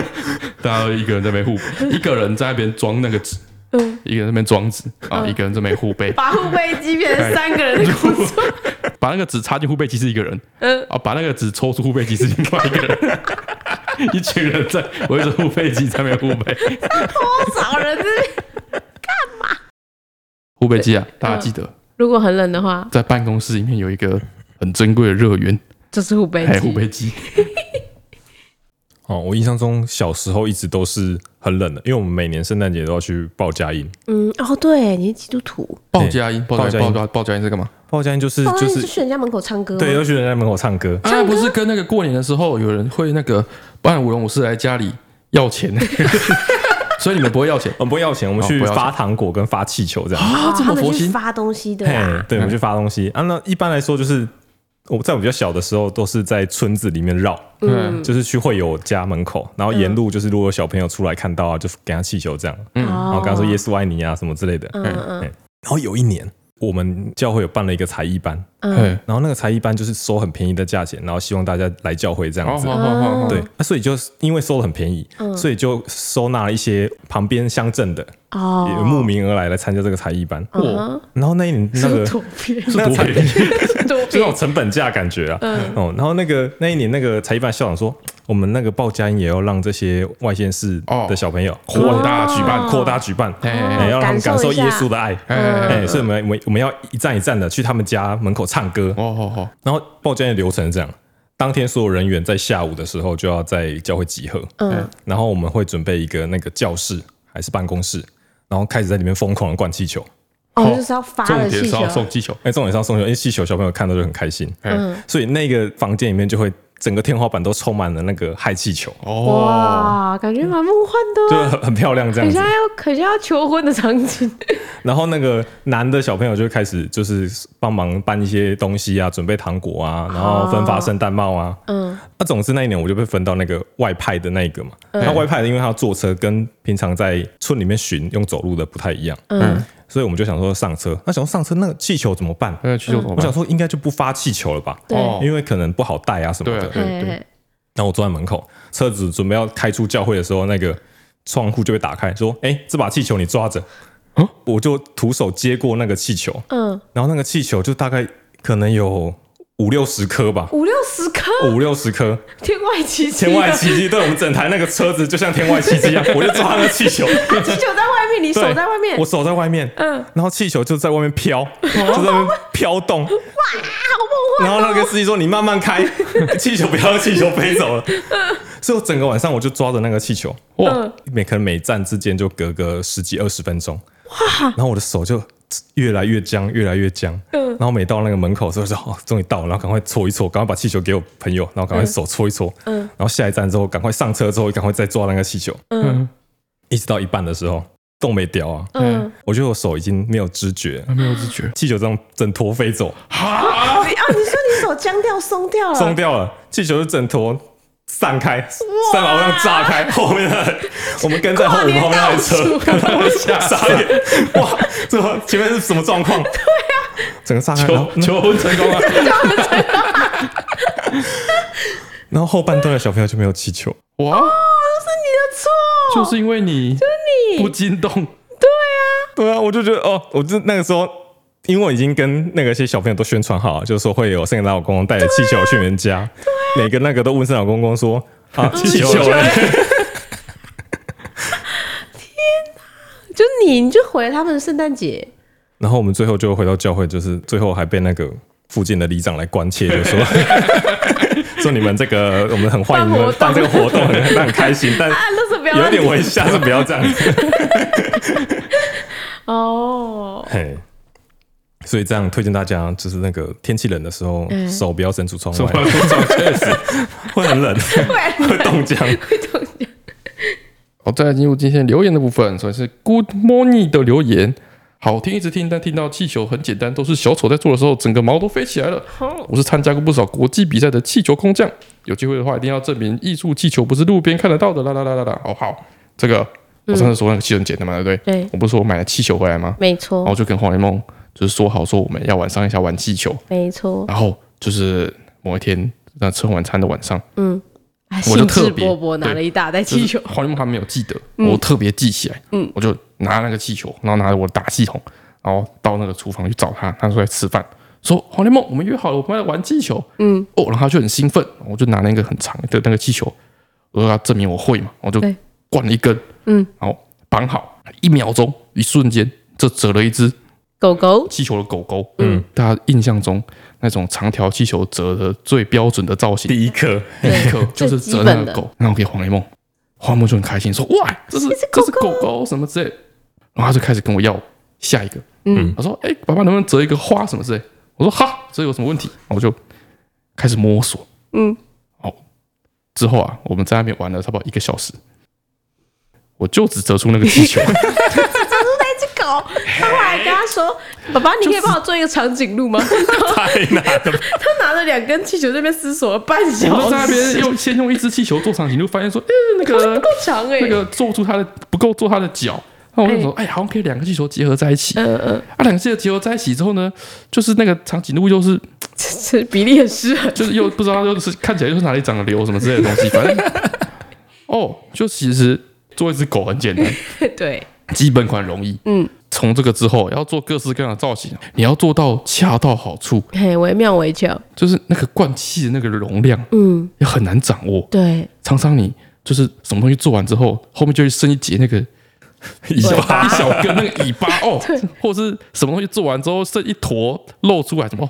大家都一个人在那边护，一个人在那边装那个纸，嗯一个人在那边装纸啊，一个人在那边护 背，把护背机变成三个人的工作。把那个纸插进护背机是一个人，嗯，啊，把那个纸抽出护背机是另外一个人，一群人在围着护背机在那边护 背，多少人这边？护背机啊，大家记得如果很冷的话，在办公室里面有一个很珍贵的热源，就是护背还有护机。背机，哦，我印象中小时候一直都是很冷的，因为我们每年圣诞节都要去报佳音，嗯，哦，对，你是基督徒，报佳音，报佳报佳音，音报佳报佳音是干嘛？报佳音就是哦，就那你是是去人家门口唱歌吗？对，要去人家门口唱歌，啊，不是跟那个过年的时候有人会那个扮舞龙舞狮来家里要 钱，所以你们不会要钱。我们不会要钱，我们哦去不要钱发糖果跟发气球这样。啊，这哦他么们佛去心，发东西的啦。嘿，对，我们去发东西啊。那一般来说就是我在我比较小的时候，都是在村子里面绕，嗯，就是去会友家门口，然后嗯沿路就是如果有小朋友出来看到啊，就给他气球这样。嗯然哦后跟他说耶稣爱你啊什么之类的。嗯嗯然后有一年，我们教会有办了一个才艺班，嗯，然后那个才艺班就是收很便宜的价钱，然后希望大家来教会这样哦好子。好哦好好好，对，那所以就是因为收的很便宜，嗯所以就收纳了一些旁边乡镇的、哦嗯也慕名而来来参加这个才艺班。哇，然后那一年 那个图片，那个才是 多便宜图就那种成本价感觉啊。哦，然后那个那一年那个才艺班校长说，我们那个报佳音也要让这些外县市的小朋友哦扩大举办，扩大举办，哎哎，让他们哦感受耶稣的爱。哎哎、所以我们我们我们要一站一站的去他们家门口唱歌，哦好好，然后报佳音的流程是这样：当天所有人员在下午的时候就要在教会集合，嗯然后我们会准备一个那个教室还是办公室，然后开始在里面疯狂的灌气球。哦，就是要发重的点气是球要，送气球，哎、重点是要送球，因为气球小朋友看到就很开心，嗯所以那个房间里面就会整个天花板都充满了那个氦气 球，哦，哇，感觉蛮梦幻的就啊，很很漂亮这样很子像。要很像要求婚的场景。然后那个男的小朋友就会开始就是帮忙搬一些东西啊，准备糖果啊，然后分发圣诞帽啊。哦嗯，那、总之那一年我就被分到那个外派的那一个嘛。嗯嗯那、外派的因为他要坐车，跟平常在村里面巡用走路的不太一样，嗯，所以我们就想说上车。那想说上车那个气球怎么办？那气球怎么我想办？说应该就不发气球了吧，对哦因为可能不好带啊什么对的。对对，嘿然后我坐在门口，车子准备要开出教会的时候，那个窗户就被打开，说：“哎、这把气球你抓着。”啊我就徒手接过那个气球，嗯，然后那个气球就大概可能有五六十颗吧，五六十颗五六十颗，天外奇迹，哦天外奇迹！对我们整台那个车子就像天外奇迹一样，我就抓那个气球，气球在外面，你手对在外面我，手在外面，嗯，哦然后气球就在外面飘，就在外面飘动。然后那个司机说：“你慢慢 开，气球不要让气球飞走了。”嗯所以，我整个晚上我就抓着那个气球，哇，每可能每站之间就隔个十几二十分钟，哇！然后我的手就越来越僵，越来越僵。嗯，然后每到那个门口的时候就，哦，终于到了，然后赶快搓一搓，赶快把气球给我朋友，然后赶快手搓一搓。嗯，然后下一站之后，赶快上车之后，赶快再抓那个气球。嗯，一直到一半的时候，动没掉啊，嗯嗯，我觉得我手已经没有知觉了，他没有知觉，气球这样整坨飞走，哈，哦，你说你手僵掉松掉了，松掉了，气球就整坨散开，三毛上炸 开，后面的我们跟在后跨我们年后面的倒车数，看他们吓 傻眼，哇，这前面是什么状况？对啊，整个炸开，然后求哦求婚成功了，然后后半段的小朋友就没有气球，哇，错，就是因为你，就是你不惊动，对啊，我就觉得哦，我就那个时候。因为我已经跟那个些小朋友都宣传好了，就是说会有圣诞老公公带着气球去你们家，啊每个那个都问圣诞老公公说啊，嗯气球嘞，就你你就毁了他们的圣诞节，然后我们最后就回到教会，就是最后还被那个附近的里长来关切，就说说你们这个我们很欢迎你们办这办活动个活动，很很开心，但啊，那是不要有让点你危险，下次不要这样。哦，嘿，所以这样推荐大家，就是那个天气冷的时候，手不要伸出窗手外不要， 确实 会很冷，会冻 僵。好，哦再来进入今天留言的部分，首先是 Good Morning 的留言，好听一直听，但听到气球很简单，都是小丑在做的时候，整个毛都飞起来了。我是参加过不少国际比赛的气球空降，有机会的话一定要证明艺术气球不是路边看得到的啦啦啦啦啦。哦，好，这个我上次说那个气球很简单嘛，对不对？对，我不是说我买了气球回来吗？没然哦错，后就跟黄连梦就是说好说我们要晚上一下玩气球，没错，然后就是某一天那吃完晚餐的晚上，啊我兴就致特别勃勃拿对了一大袋就气是球，黄连梦他没有记得，我特别记起来，嗯嗯，我就拿那个气球，然后拿着我的打气筒，然后到那个厨房去找他，他说在吃饭。说黄连梦，我们约好了，我们来玩气球。嗯，哦，然后他就很兴奋，我就拿那个很长的那个气球，我说要证明我会嘛，我就对灌了一根，嗯，然后绑好，一秒钟，一瞬间，这折了一只狗 狗气球的狗狗，嗯，大家印象中那种长条气球折的最标准的造型，第一颗，第一颗 就是最折基那本个的狗，然后给黄雷梦，黄雷梦就很开心说：“哇，这是这是狗狗什么之类。”然后他就开始跟我要下一个，嗯，他说：“哎，爸爸能不能折一个花什么之类？”我说：“哈，这有什么问题？”然后我就开始摸索，嗯，哦，之后啊，我们在那边玩了差不多一个小时，我就只折出那个气球。那只狗，他后来跟他说：“爸爸，你可以帮我做一个长颈鹿吗？” 太难了吧，他拿着两根气球在那边思索了半我小们在那时，边用先用一只气球做场景，就发现说，哎，那个够长哎、那个做不出它的不够做它的脚。那我就想说，哎，好像可以两个气球结合在一起。嗯嗯，啊，两个气球结合在一起之后呢，就是那个长颈鹿又是这这比例很失衡。就是又不知道又是看起来又是哪里长了瘤什么之类的东西，反正哦，就其实做一只狗很简单，对，基本款容易。嗯，从这个之后要做各式各样的造型，你要做到恰到好处，嘿，惟妙惟肖。就是那个灌气的那个容量嗯，也很难掌握。对，常常你就是什么东西做完之后，后面就会生一节那个一小尾巴一小根那个尾巴哦，或者是什么东西做完之后剩一坨露出来，什么哦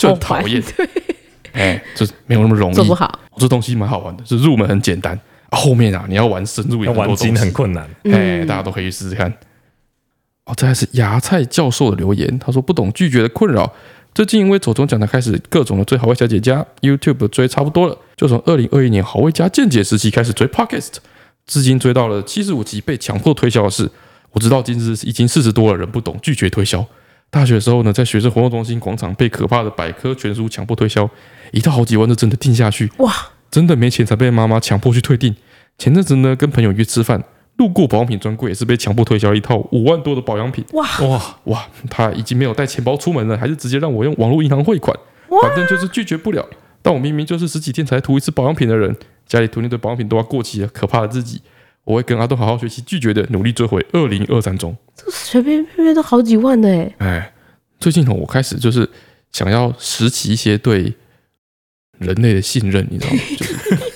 就很讨厌，哎，就是没有那么容易做不。好。哦这东西蛮好玩的，就入门很简单，啊、后面啊你要玩深入有要很多玩东西精很困难。哎、大家都可以去试试看。哦，这还是芽菜教授的留言，他说不懂拒绝的困扰。最近因为左中奖的开始，各种的追好味小姐家 YouTube 追差不多了，就从二零二一年好味家见解时期开始追 Podcast，至今追到了七十五集被强迫推销的事。我知道今日已经四十多了，人不懂拒绝推销。大学的时候呢，在学生活动中心广场被可怕的百科全书强迫推销，一到好几万就真的定下去，哇，真的没钱才被妈妈强迫去退订。前阵子呢，跟朋友约吃饭，路过保养品专柜也是被强迫推销一套五万多的保养品。哇 哇哇！他已经没有带钱包出门了，还是直接让我用网络银行汇款，反正就是拒绝不了。但我明明就是十几天才涂一次保养品的人，家里涂那堆保养品都要过期了，可怕的自己。我会跟阿东好好学习拒绝的，努力追回二零二三中。这随便便便都好几万的哎、哎，最近哦，我开始就是想要拾起一些对人类的信任，你知道吗？就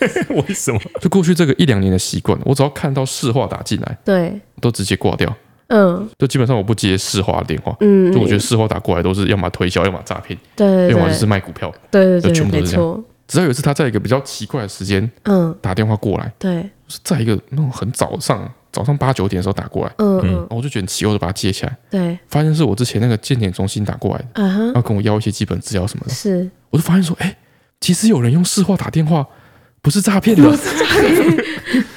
是为什么？就过去这个一两年的习惯，我只要看到市话打进来，对，都直接挂掉，嗯就基本上我不接市话的电话。嗯，就我觉得市话打过来都是要么推销，要么诈骗，对对要么就对是卖股票。对对就对，全部都没是这样错，只要有一次他在一个比较奇怪的时间嗯打电话过来，对，就是在一个那种很早上早上八九点的时候打过来，嗯嗯嗯然后我就觉得很奇怪，我就把它接起来，对，发现是我之前那个健检中心打过来的，啊哈，要跟我要一些基本资料什么的，是我就发现说，哎，其实有人用市话打电话，不是诈骗的，不是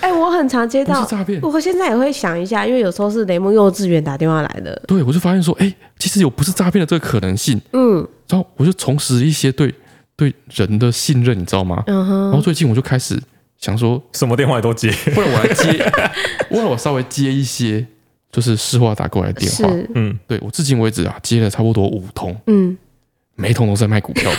哎、我很常接到，诈骗。我现在也会想一下，因为有时候是雷蒙幼稚园打电话来的，对，我就发现说，哎，其实有不是诈骗的这个可能性，嗯然后我就重拾一些对对人的信任，你知道吗？嗯然后哼，最近我就开始想说，什么电话也都接，不然我来接， 不然我稍微接一些就是市话打过来的电话。是，嗯，对我至今为止啊，接了差不多五通，嗯，每一通都在卖 股票的，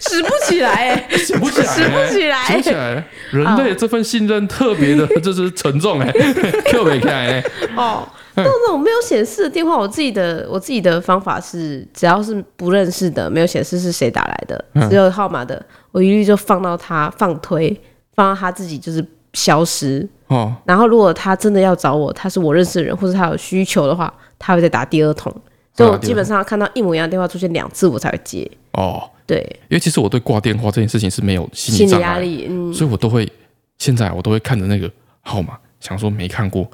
使不起来哎、想不起来、想不起来啊想不起来。人类这份信任特别的，这是沉重哎、 特别看哎。哦，那种那种没有显示的电话，我自己的我自己的方法是，只要是不认识的，没有显示是谁打来的，只有号码的，我一律就放到他放推，放到他自己就是消失。哦，然后如果他真的要找我，他是我认识的人，或者他有需求的话，他会再打第二通。所以我基本上看到一模一样的电话出现两次，我才会接。哦，对，因为其实我对挂电话这件事情是没有心心理理障压碍，力，嗯，所以我都会现在我都会看着那个号码，想说没看过，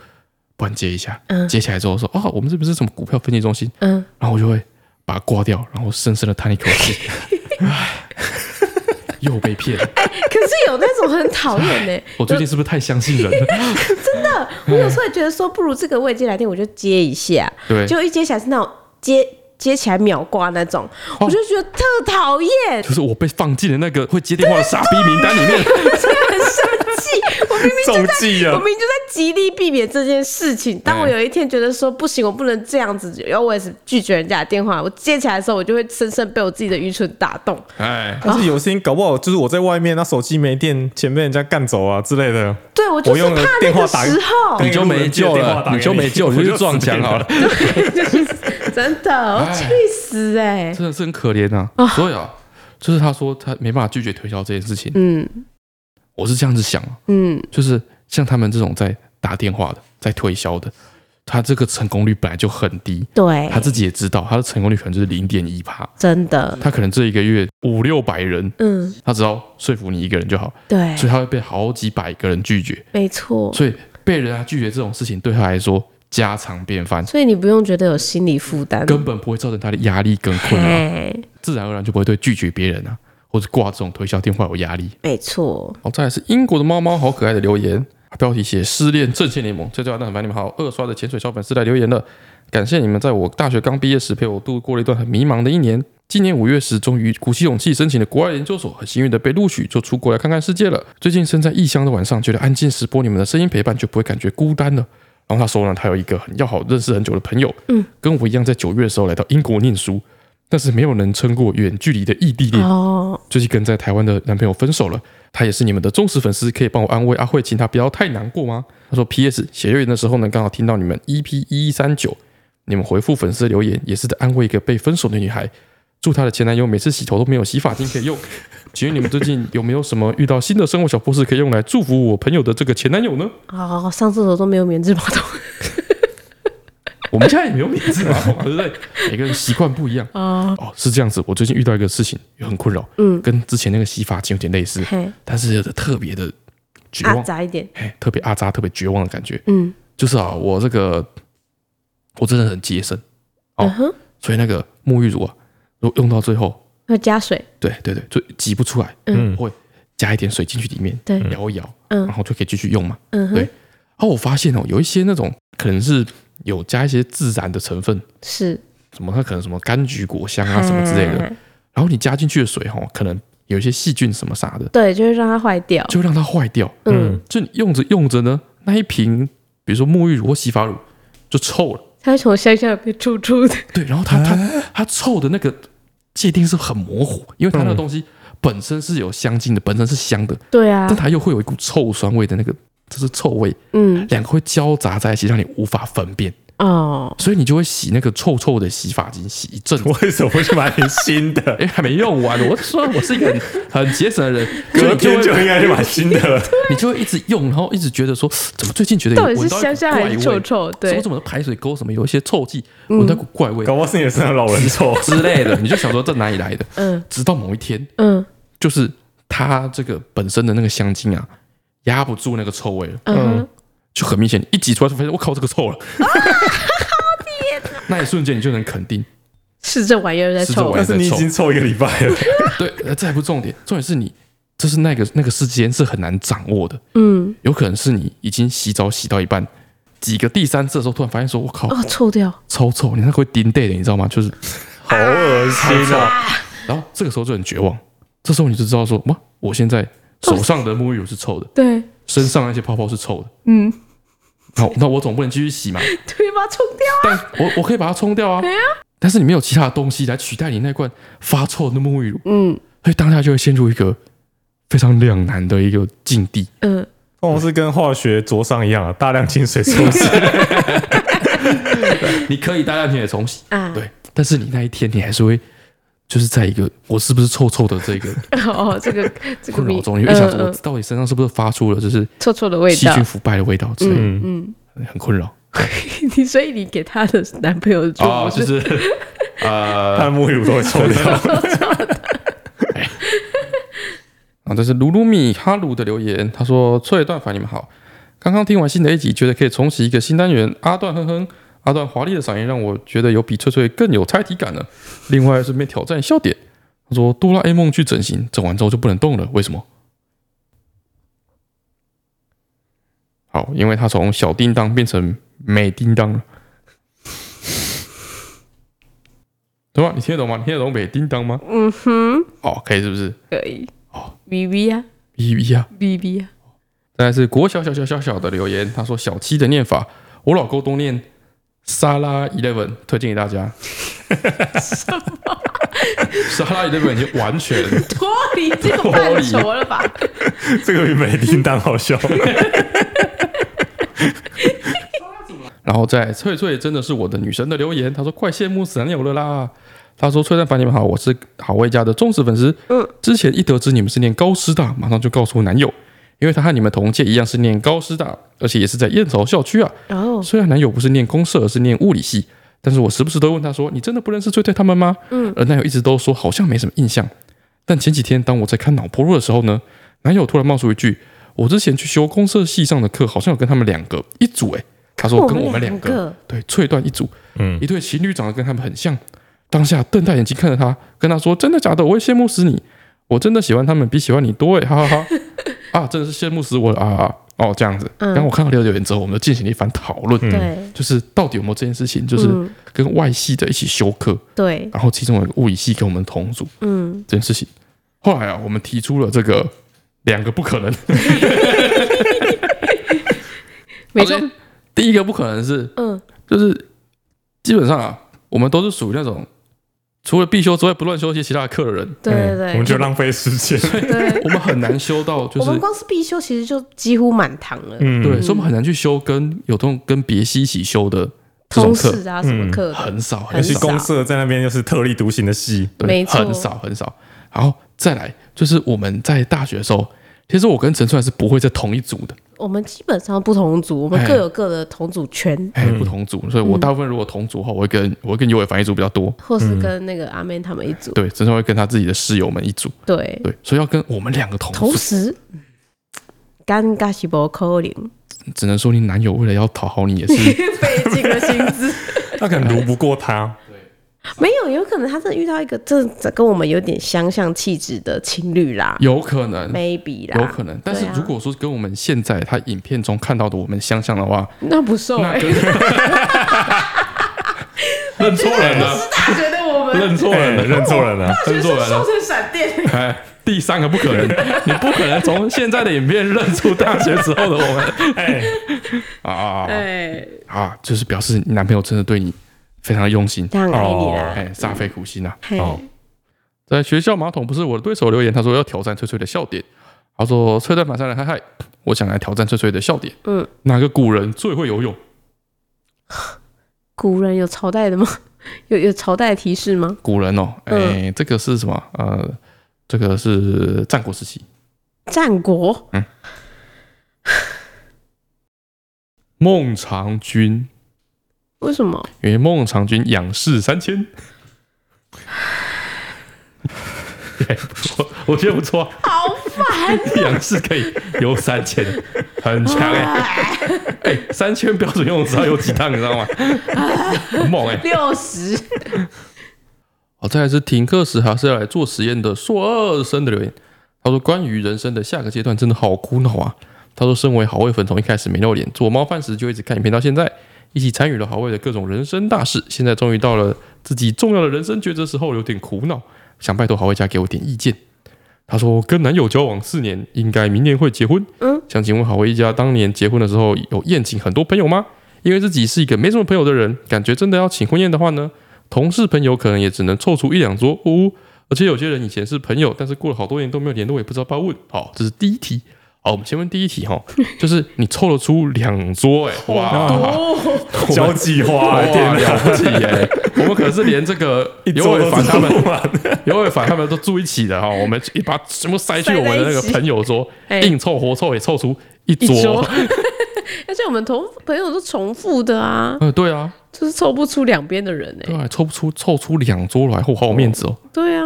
不然接一下。接起来之后说，哦，我们这边是什么股票分析中心？嗯，然后我就会把它挂掉，然后深深的叹一口 气，唉，又被骗了。可是有那种很讨厌的， 我最近是不是太相信人了？我有时候也觉得说，不如这个未接来电我就接一下，对，结果一接起来是那种接接起来秒挂那种，我就觉得特讨厌，就是我被放进了那个会接电话的傻逼名单里面。真的很生气。我明明就中计在，我了明，明就在极力避免这件事情。当我有一天觉得说不行，我不能这样子，然后我也是拒绝人家的电话，我接起来的时候，我就会深深被我自己的愚蠢打动。哎，但是有些人搞不好就是我在外面，那手机没电，前被人家干走啊之类的。对我就是我用了怕那电个话打时候，你就没救了，你就没救，你就去撞墙好了。真的我气死哎、真的是很可怜啊。哦所以啊，就是他说他没办法拒绝推销这件事情，嗯我是这样子想啊，嗯，就是像他们这种在打电话的，在推销的，他这个成功率本来就很低，对他，自己也知道，他的成功率可能就是零点一趴，真的，他可能这一个月五六百人，嗯，他只要说服你一个人就好，对，所以他会被好几百个人拒绝，没错。所以被人家拒绝这种事情对他来说家常便饭，所以你不用觉得有心理负担，根本不啊会造成他的压力跟困扰，哎，自然而然就不会对拒绝别人啊，或者挂这种推销电话有压力。没错，好，再来是英国的猫猫，好可爱的留言，标题写“失恋阵线联盟”。最最好的很烦你们好，二刷的潜水小粉丝来留言了，感谢你们在我大学刚毕业时陪我度过了一段很迷茫的一年。今年五月时，终于鼓起勇气申请了国外研究所，很幸运的被录取，就出国来看看世界了。最近身在异乡的晚上，觉得安静时播你们的声音陪伴，就不会感觉孤单了。然后他说呢，他有一个很要好、认识很久的朋友，嗯，跟我一样在九月的时候来到英国念书，但是没有能撑过远距离的异地恋。哦，最近跟在台湾的男朋友分手了，他也是你们的忠实粉丝，可以帮我安慰阿慧，请他不要太难过吗？他说：“P.S. 写留言的时候呢，刚好听到你们 EP 一一三九，你们回复粉丝留言也是在安慰一个被分手的女孩，祝她的前男友每次洗头都没有洗发精可以用。请问你们最近有没有什么遇到新的生活小故事可以用来祝福我朋友的这个前男友呢？哦，上厕所都没有棉质马桶，我们家也没有免治马桶啊，对不对？每个人习惯不一样哦。是这样子。我最近遇到一个事情也很困扰，嗯，跟之前那个洗发精有点类似，嘿，但是有着特别的绝阿望，杂一点，哎、特别阿扎、特别绝望的感觉。嗯就是啊，我这个我真的很节省，哦嗯哼，所以那个沐浴乳啊，如果用到最后，要加水，对对对，就挤不出来，嗯会加一点水进去里面，对摇一摇，嗯然后就可以继续用嘛。嗯哼对，啊，我发现哦，有一些那种可能是有加一些自然的成分，是什么它可能什么柑橘果香啊什么之类的，嗯然后你加进去的水哦，可能有一些细菌什么啥的，对，就会让它坏掉，就会让它坏掉。嗯，就你用着用着呢，那一瓶比如说沐浴乳或洗发乳就臭了，它会从香香变臭臭的，对，然后它它啊它臭的那个界定是很模糊，因为它那个东西本身是有香精的，本身是香的，对嗯啊但，它又会有一股臭酸味的那个，就是臭味，嗯，两个会交杂在一起，让你无法分辨，哦，所以你就会洗那个臭臭的洗发精，洗一阵 子。哎为什么会去买新的？因为还没用完，我说我是一个 很很节省的人，隔天就 就会应该去买新的了。你就会一直用，然后一直觉得说，怎么最近觉得有到底闻是到一股香香怪还是臭味臭？什么对嗯什，么排水沟什么有一些臭气，闻到一股怪味。搞不好是你的身上老人臭 之类的，你就想说这哪里来的？嗯直到某一天，嗯就是它这个本身的那个香精啊，压不住那个臭味了，嗯哼，就很明显，一挤出来就发现我靠，这个臭 了。那一瞬间你就能肯定，是这玩意儿在是这臭玩意， 但是你已经臭一个礼拜了，对，呃这还不是重点，重点是你就是那个那个时间是很难掌握的，嗯，有可能是你已经洗澡洗到一半，几个第三次的时候突然发现说，我靠，哦，臭掉，超臭，你那个会叮带的，你知道吗？ 就是好恶心啊！然后这个时候就很绝望，这时候你就知道说，哇，我现在手上的沐浴乳是臭的，对，身上那些泡泡是臭的，嗯，好，那我总不能继续洗嘛，对，把它冲掉，但我我可以把它冲掉啊，但是你没有其他的东西来取代你那罐发臭的沐浴乳，嗯所以当下就会陷入一个非常两难的一个境地。嗯，通常是 跟化学灼伤一样啊，大量清水冲洗。你可以大量清也重洗，啊，对，但是你那一天你还是会。就是在一个我是不是臭臭的这个哦，这个这个困扰米，中，你会想说，嗯我嗯到底身上是不是发出了就是臭臭的味细道菌，腐败的味道之类的，嗯，很困扰。 你所以你给她的男朋友的祝哦，福就是 是呃，他的沐浴乳都会臭 掉。啊，这是鲁鲁米哈鲁的留言，他说：“翠段凡，你们好，刚刚听完新的一集，觉得可以重启一个新单元。阿段哼哼，阿段华丽的嗓音让我觉得有比翠翠更有猜题感了。另外顺便挑战笑点，他说哆啦 A 梦去整形，整完之后就不能动了，为什么？好，因为他从小叮当变成美叮当了。对吧？你听得懂吗？你听得懂美叮当吗？嗯哼，哦，可以是不是可以。哦，B B 啊？B B 啊！ ，B B 啊，再来是国小小小小小的留言，他说小七的念法，我老公都念沙拉 eleven，推荐给大家。沙拉 eleven 已经完全脱离这个范畴了吧？这个比美叮当好 笑。然后在翠翠真的是我的女神的留言，她说快羡慕死男友了啦。她说翠蛋凡你们好，我是好味家的忠实粉师。嗯，之前一得知你们是念高师大，马上就告诉男友，因为他和你们同届一样是念高师大，而且也是在燕巢校区啊。 哦，虽然男友不是念公社，而是念物理系，但是我时不时都问他说：“你真的不认识翠翠他们吗？”嗯，而男友一直都说好像没什么印象。但前几天当我在看脑波弱的时候呢，男友突然冒出一句：“我之前去修公社系上的课，好像有跟他们两个一组诶、他说跟我们哦两个，对，翠段一组，嗯一对情侣长得跟他们很像。当下瞪大眼睛看着他，跟他说：“真的假的？我会羡慕死你！我真的喜欢他们比喜欢你多欸诶，哈哈 哈！啊，真的是羡慕死我了啊啊！啊哦，这样子。嗯然后我看到留言之后，我们就进行了一番讨论，嗯对，就是到底有没有这件事情，就是嗯跟外系的一起修课，对，然后其中有一个物理系跟我们同组嗯，这件事情。后来啊，我们提出了这个两个不可能，没错好，嘞第一个不可能是嗯，就是基本上啊，我们都是属于那种除了必修之外不乱修一些其他的课的 人，对对嗯 我们对，就浪费时间。 对，我们很难修到就我是们光是必修其实就几乎满堂了，嗯，对，所以我们很难去修跟有这种跟别系一起修的这种通课，嗯识啊什么课的，很少尤很其少，公社在那边又是特立独行的戏，对，没错很少很少。然后再来就是我们在大学的时候，其实我跟陈川是不会在同一组的，我们基本上不同组，我们哎各有各的同组圈，哎、不同组，所以嗯我大部分如果同组的话，我会跟我会跟尤伟凡一组比较多，或是跟那个阿妹他们一组，嗯对，陈川会跟他自己的室友们一组，对，对，所以要跟我们两个同同组，时。尴尬是不可能，只能说你男友为了要讨好你也是 费尽了心思。他可能读不过他。 没有，有可能他真的遇到一个真的跟我们有点相像气质的情侣啦有可能。 ，maybe 啦，嗯有可能，但是对啊如果说跟我们现在他影片中看到的我们相像的 话，那不瘦那哎、 跟认错人了， 大学的我们认错人了， 哎认错人 了，认错人了 瘦。成闪电，哎，第三个不可 能，你不可能从现在的影片认出大学时候的我们哎， 啊啊啊哎，啊！就是表示你男朋友真的对你非常的用心，他很爱你啦，哎，煞费苦心呐、啊。嗯嘿哦，在学校马桶不是我的对手留言，他说要挑战翠翠的笑点，他说翠蛋马上来嗨嗨，我想来挑战翠翠的笑点。嗯，哪个古人最会游泳？古人有朝代的吗？ 有有朝代的提示吗？古人哦，嗯哎，这个是什么？呃，这个是战国时期。战国孟尝君，为什么？因为孟尝君仰视三 千。哎不错，我觉得不错啊，好烦仰视可以游三千，很强哎、啊！哎、三千标准游泳池要有几趟，你知道吗？很猛哎、六十，好，再来是停课时还是要来做实验的硕二生的留言，他说关于人生的下个阶段真的好苦恼啊。他说身为好味粉，从一开始没露脸，做猫饭时就一直看影片到现在，一起参与了好味的各种人生大事，现在终于到了自己重要的人生抉择时候，有点苦恼，想拜托好味家给我点意见。他说跟男友交往四年，应该明年会结婚。嗯，想请问好味一家当年结婚的时候有宴请很多朋友吗？因为自己是一个没什么朋友的人，感觉真的要请婚宴的话呢，同事朋友可能也只能凑出一两桌，呜、呜。而且有些人以前是朋友，但是过了好多年都没有联络，也不知道要不要问。好，这是第一题。好，我们先问第一题哈， 就是你凑得出两桌、欸，哎，哇，哦， 交际 花，哎天哇，了哪，不起耶、 我们可是连这个一尤周伟都凡他住们、不满。 尤伟凡他们都住一起的哈，我们一把全部塞去我们的那个朋友桌， 哎硬凑活凑也凑出一一桌桌。 而且我们同朋友都重复的啊，呃，对啊，就是凑不出两边的人哎、对啊，凑不出凑出两桌来，好好面子哦。对啊，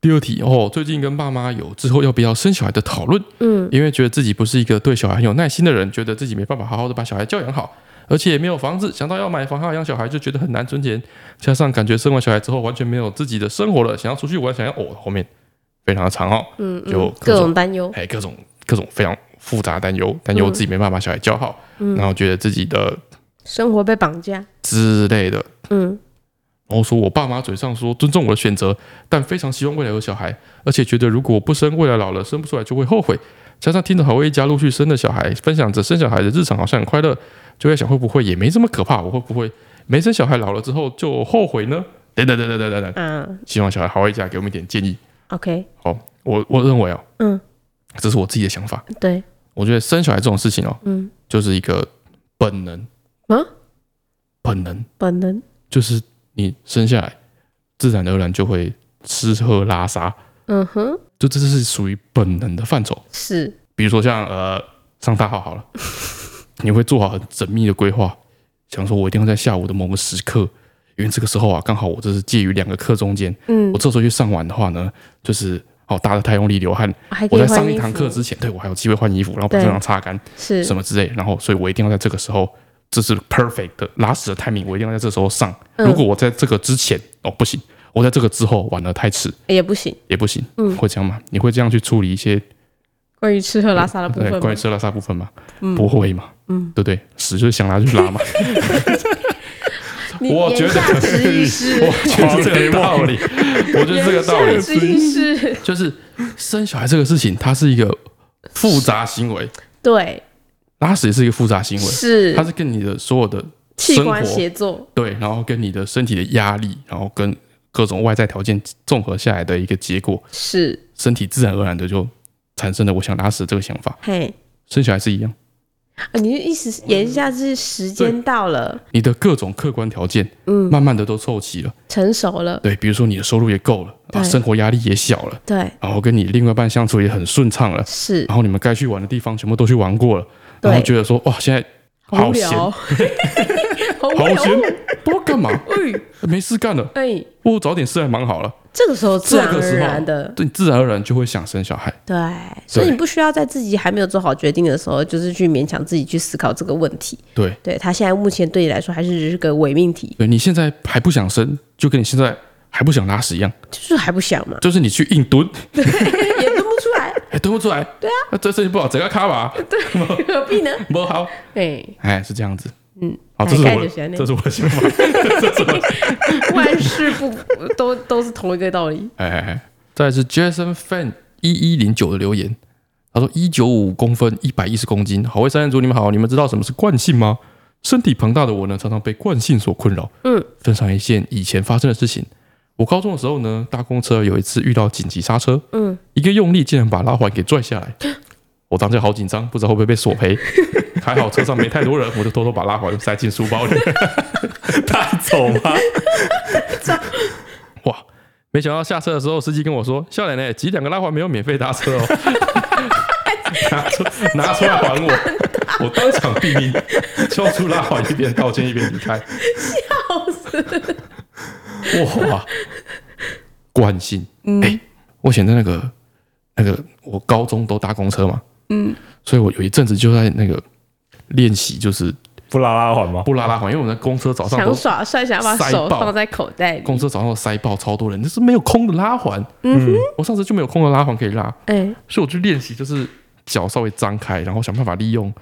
第二题哦，最近跟爸妈有之后要不要生小孩的讨论，嗯因为觉得自己不是一个对小孩很有耐心的人，觉得自己没办法好好的把小孩教养好，而且也没有房子，想到要买房还要养小孩，就觉得很难存钱。加上感觉生完小孩之后完全没有自己的生活了，想要出去玩，想要哦，后面非常的长哦，嗯，嗯就各各种种担忧，哎，各种各种非常复杂担忧，担忧自己没办法把小孩教好，然后觉得自己的生活被绑架，之类的。嗯，然后说我爸妈嘴上说尊重我的选择，但非常希望未来有小孩，而且觉得如果我不生，未来老了生不出来就会后悔。加上听着好味一家陆续生的小孩，分享着生小孩的日常，好像很快乐，就在想会不会也没这么可怕，我会不会没生小孩老了之后就后悔呢？哎等等等等等等等，嗯希望小孩好味一家给我们一点建议。 ，OK，好，我我认为哦，嗯，这是我自己的想法。对，我觉得生小孩这种事情哦，嗯，就是一个本能，嗯，本能本能，就是你生下来，自然而然就会吃喝拉撒，嗯哼，就这是属于本能的范畴。是，比如说像呃上大号好 了，你会做好很缜密的规划，想说我一定要在下午的某个时刻，因为这个时候啊，刚好我这是介于两个课中间，嗯我，这时候去上完的话呢，就是好大的太用力流汗，还可我以在换上一衣堂服课之前，对我还有机会换衣服，然后把对身上擦干是什么之类的，然后所以我一定要在这个时候。这是 perfect 的拉屎的 timing，我一定要在这时候上。嗯如果我在这个之前，哦不行，我在这个之后玩的太迟也不行。也不行，嗯，会这样吗？你会这样去处理一些关于吃喝拉撒的部对，分哎关于吗，色拉萨部分嘛，不会嘛，嗯，对不对？屎就是想拉就 拉嘛，你我觉言得下之意是，我觉得这个道理，我觉得这个道理言下之意是，就是生小孩这个事情，它是一个复杂行为，对，拉屎也是一个复杂行为，是它是跟你的所有的器生官活协作，对，然后跟你的身体的压力，然后跟各种外在条件综合下来的一个结果，是，身体自然而然的就产生了我想拉屎这个想法。嘿，生小孩是一样，啊你的意思是言下之意，时间到了，你的各种客观条件，嗯，慢慢的都凑齐了。成熟了，对，比如说你的收入也够了，啊，对生活压力也小了，对，然后跟你另外一半相处也很顺畅了，是，然后你们该去玩的地方全部都去玩过了，对然后觉得说哇，现在好好无闲，聊 哦，好无 好聊闲哦，，不知道干嘛，哎没事干了，哎，不如找点事来忙好了。这个时候自这然个而时然候的，，对，自然而然就会想生小孩。对，所以对你不需要在自己还没有做好决定的时候，就是去勉强自己去思考这个问题。对，对他现在目前对你来说还是只是个伪命题，对你现在还不想生，就跟你现在还不想拉屎一样，，就是还不想嘛就是你去硬蹲，也蹲不出来，哎，蹲不出来。对啊，这身体不好，整个卡吧， 何必呢？不好。哎， 哎，是这样子。嗯，好，这是大概我就是这样的，这是我的想法。万事不都都是同一个道理。哎哎哎，再来是 Jason Fan 一一零九的留言，他说一九五公分，一百一十公斤。好，位三人组，你们好，你们知道什么是惯性吗？身体庞大的我呢，常常被惯性所困扰。嗯，分享一件以前发生的事情。我高中的时候呢，搭公车有一次遇到紧急刹车，嗯，一个用力竟然把拉环给拽下来，我当时好紧张，不知道会不会被索 赔。还好车上没太多人，我就偷偷把拉环塞进书包里。带走吗？哇！没想到下车的时候，司机跟我说：“笑脸呢，挤两个拉环没有免费搭 车哦。”拿出拿出来还我，我当场毙命，交出拉环一边道歉一边离开。笑死！哇，惯性。嗯，我以前在那个那个，我高中都搭公车嘛，嗯，所以我有一阵子就在那个练习，就是不拉拉环吗？不拉拉环，因为我们在公车早上都想耍帅，想把塞手爆放在口袋里。公车早上塞爆超多人，就是没有空的拉环。嗯，我上次就没有空的拉环可以拉，哎，所以我就练习，就是脚稍微张开，然后想办法利用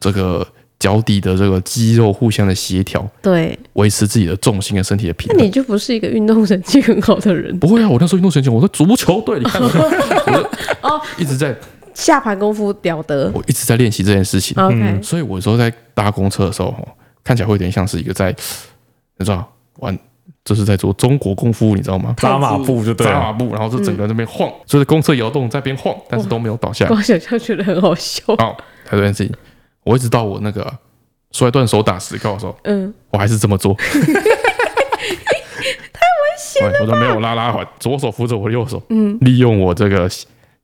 这个脚底的这个肌肉互相的协调，对，维持自己的重心跟身体的平那衡。你就不是一个运动神经很好的人不会啊，我那时候运动神经，我在足球队， 你看，我哦就我就一直在，下盘功夫了得。我一直在练习这件事情。 OK，所以我有时候在搭公车的时候，哦看起来会有点像是一个在，你知道玩，这是在做中国功夫，你知道吗？扎马步就对扎了马。步，然后啊嗯就整个在那边晃，所以公车摇动在边晃，但是都没有倒下来。光想象觉得很好笑。哦，还有这件事情，我一直到我那个摔断手打石膏的时候，嗯，我还是这么做。 太危险了！我都没有拉拉环，左手扶着我的右手，嗯，利用我这个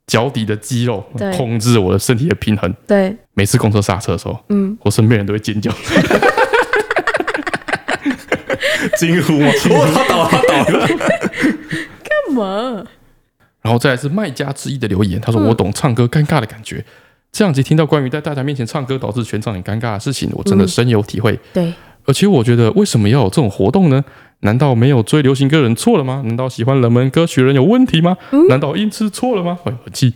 脚底的肌肉对控制我的身体的平衡。对，每次公车刹车的时候，嗯，我身边人都会尖叫，惊呼吗？ 我他倒了，他倒了。干嘛？然后再来是卖家之一的留言，他说：“我懂唱歌尴尬的感觉，这两集听到关于在大家面前唱歌导致全场很尴尬的事情，我真的深有体会。对，而且我觉得，为什么要有这种活动呢？难道没有追流行歌人错了吗？难道喜欢冷门歌曲人有问题吗？难道音痴错了吗？哎，我记。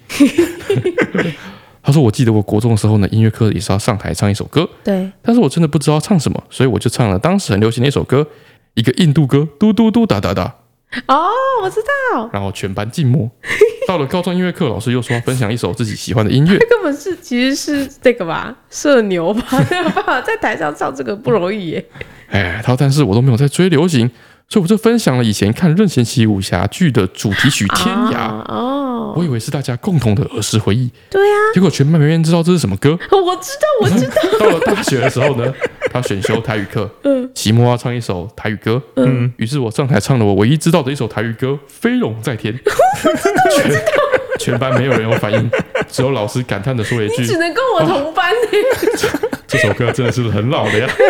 他说：“我记得我国中的时候呢，音乐课也是要上台唱一首歌，对，但是我真的不知道唱什么，所以我就唱了当时很流行的一首歌，一个印度歌，嘟嘟嘟哒哒哒。哦，我知道，然后全班静默。 到了高中音乐课，老师又说分享一首自己喜欢的音乐， 这根本是其实是这个吧，社牛吧， 没有办法在台上唱这个不容易耶。哎，他说但是我都没有在追流行，所以我就分享了以前看《任贤齐武侠剧》的主题曲《 天涯》啊哦，我以为是大家共同的儿时回忆，对啊，结果全班没人知道这是什么 歌。我知道，我 知道，到了大学的时候呢，他选修台语课，嗯，期末要唱一首台语歌，嗯，于是我上台唱了我唯一知道的一首台语歌《飞龙在 天》，全全班没有人有反应，只有老师感叹的说 一句只能跟我同班呢。：“ 这首歌真的是很老的呀。”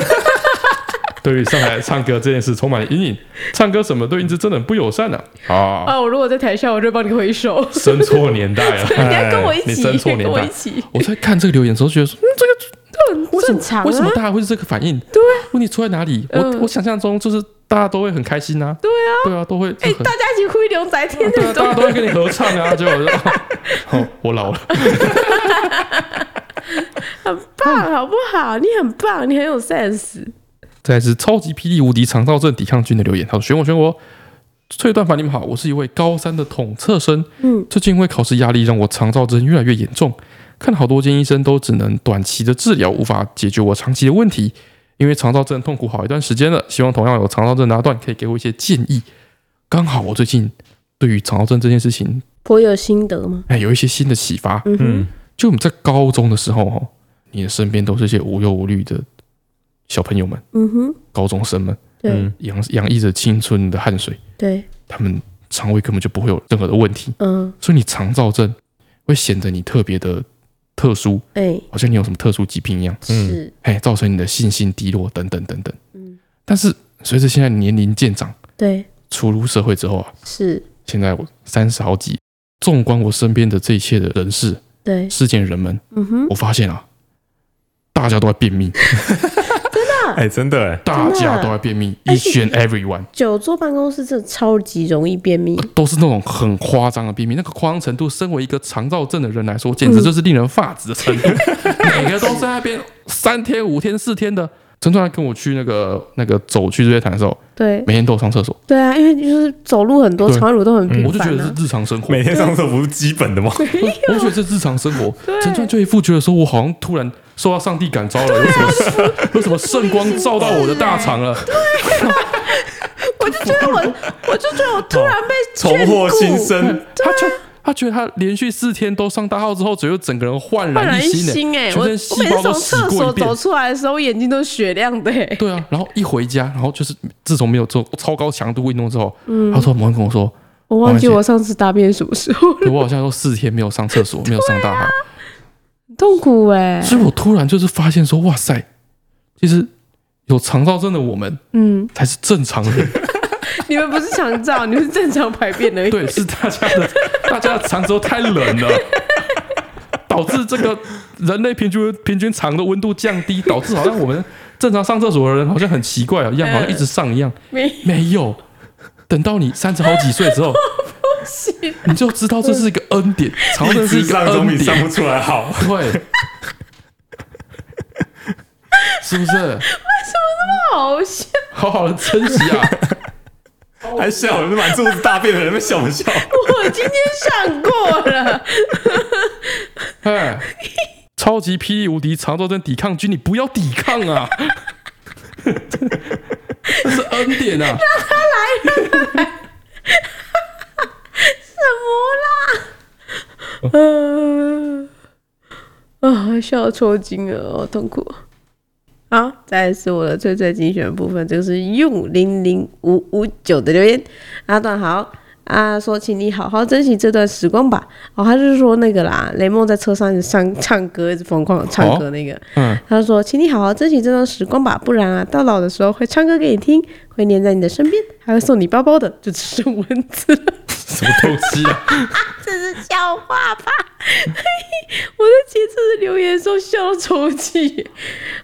对于上海唱歌这件事充满了阴影，唱歌什么对音质真的很不友善的啊！啊，我如果在台下，我就帮你挥手。 生错年代了，你要跟我一你起，生错年跟我一代。起，我在看这个留言的时候，觉得说，嗯，这个很正常啊。为什么大家会是这个反应？对、问题出在哪里？嗯我我想象中就是大家都会很开心啊，对啊，对啊，都会 哎就，很大家一起挥牛仔天对啊，那大家种，都 会跟你合唱啊，就 我就哦我老了，很棒，好不好？你很棒，你很有 sense。再来是超级霹雳无敌肠道症抵抗军的留言，他说选我选我。翠段凡，你们好，我是一位高三的统测生。嗯，最近因为考试压力让我肠燥症越来越严重，看好多间医生都只能短期的治疗，无法解决我长期的问题。因为肠燥症痛苦好一段时间了，希望同样有肠燥症的阿段可以给我一些建议。刚好我最近对于肠燥症这件事情，颇有心得吗？哎，有一些新的启发。嗯，就我们在高中的时候，哦，你的身边都是一些无忧无虑的小朋友们，嗯哼，高中生们，对嗯洋洋溢着青春的汗水，对，他们肠胃根本就不会有任何的问题，嗯，所以你肠燥症会显得你特别的特殊，哎、好像你有什么特殊疾病一样，是，哎，造成你的信心低落等等等等。嗯但是随着现在年龄渐长，对，出入社会之后啊，是，现在我三十好几，纵观我身边的这一切的人事对，事件人们，嗯哼，我发现啊，大家都在便秘，哎，真的哎，啊大家都在 便秘，each 哎 and everyone 久坐办公室真的超级容易便秘，都是那种很夸张的便秘，那个夸张程度，身为一个肠燥症的人来说，简直就是令人发指的程 度。每个都在那边三天、五天、四天的。陈川跟我去那个那个走去日月潭的时候，对，每天都有上厕所，对啊，因为就是走路很多，对嗯肠胃蠕动很我嗯频就觉繁得啊，是日常生活。每天上厕所不是基本的吗？我就觉得这日常生活，陈川就一副觉得说，我好像突然受到上帝感召了，有什 么有什么圣光照到我的大肠了，啊我就觉得我，我就觉得我突然被重哦获新生，他就他觉得他连续四天都上大号之后，只有整个人焕焕然一一新新哎、欸全我我每身细次胞从都洗厕过所一遍走。出来的时候，我眼睛都是雪亮的、欸。对啊，然后一回家，然后就是自从没有做超高强度运动之后，他说某人跟我说，哎我忘记我上次大便什么时候了，我好像有四天没有上厕所，没有上 大号，很痛苦哎、所以我突然就是发现说，哇塞，其实有肠燥症的我们嗯，才是正常 人，你们不是肠燥，你们是正常排便而已。对，是大家的大家的肠子都太冷了。导致这个人类平均平均肠的温度降低，导致好像我们正常上厕所的人好像很奇怪啊 一样，好像一直上一样。没没有，等到你三十好几岁之后，你就知道这是一个恩典，肠一症是直一个上总恩比上典，不出来好。对， 是不是？好笑，好好的珍惜 啊！还笑，你满肚子大便的人，笑不笑？我今天上过了，哎，超级霹雳无敌肠燥症抵抗军，你不要抵抗啊！ 这是恩典啊！嗯、 啊，笑到抽筋了，好痛苦。好，再来是我的最最精选的部分，这个是用零零五五九的留言，阿段好。啊，说请你好好珍惜这段时光吧。哦，他就是说那个啦，雷梦在车上一直唱唱歌，一直疯狂地唱歌那个。嗯，他说：“请你好好珍惜这段时光吧，不然啊，到老的时候会唱歌给你听，会黏在你的身边，还会送你包包的，就只剩蚊子了。”什么东西 啊？这是笑话吧？我在截这次留言的时候笑到抽泣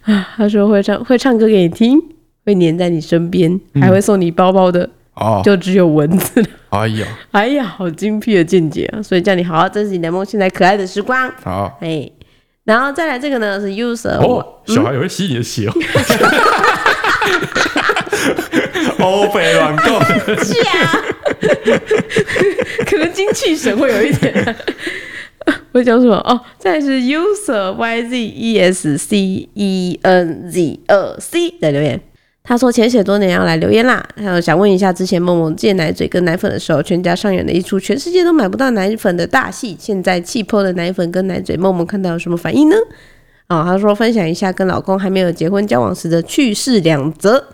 啊！他说会唱会唱歌给你听，会黏在你身边，还会送你包包的，嗯哦，就只有蚊子了。哎呀， 哎呀，好精辟的见解啊！所以叫你好好珍惜你的梦，现在可爱的时光。好哎，然后再来这个呢是 user，、哦，小孩也会吸你的血 哦。欧北乱购，是啊， 可能精气神会有一 点。我讲什么？哦，再来是 user y z e s c e n z 二 c 的留言，他说潜水多年要来留言啦，还有想问一下，之前梦梦戒奶嘴跟奶粉的时候，全家上演了一出全世界都买不到奶粉的大戏，现在气泡的奶粉跟奶嘴，梦梦看到有什么反应呢？啊、他说分享一下跟老公还没有结婚交往时的趣事两则。哦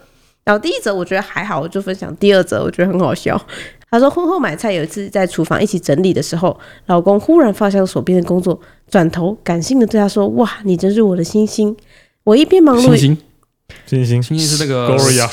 然后第一则我觉得还好，我就分享第二则，我觉得很好笑。他说婚后买菜有一次在厨房一起整理的时候，老公忽然放下手边的工作，转头感性的对他说：“哇，你真是我的星星！”我一边忙星碌，星，星星星星是那个 Gloria，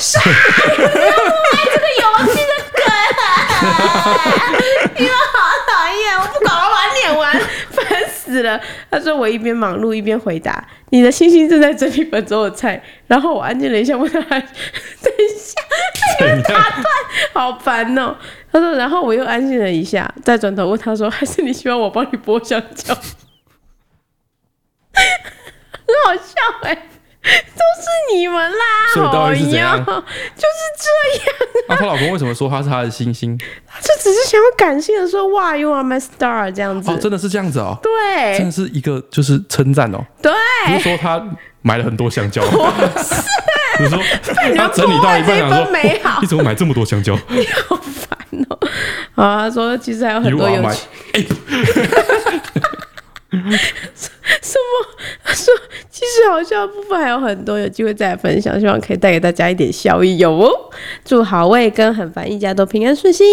有趣的梗、啊，你们好讨厌！我不搞了，把它念完， 烦死了。他说我一边忙碌一边回答：“你的星星正在整理本周的菜。”然后我安静了一下，问他：“ 等一下，他有打断，好烦哦。”他说，然后我又安静了一下，再转头问他说：“还是你希望我帮你剥香蕉？” 很好笑哎、都是你们啦，所以到底是好怎样呀就是这样。啊那啊她老公为什么说她是她的星 星？就只是想要感性的说哇，you are my star 这样子。哦，真的是这样子哦，真对哎的是一个就是称赞哦， 对，不是说她买了很多香蕉，你说你她们整理到一半想破坏这一份说，美好哦你怎么买这么多香蕉？好烦哦、啊，他说其实还有 很 You 多 are 有 my 趣 什么，他说其实好笑的部分还有很多，有机会再来分享，希望可以带给大家一点效益。有哦，祝好味跟很烦一家都平安顺心。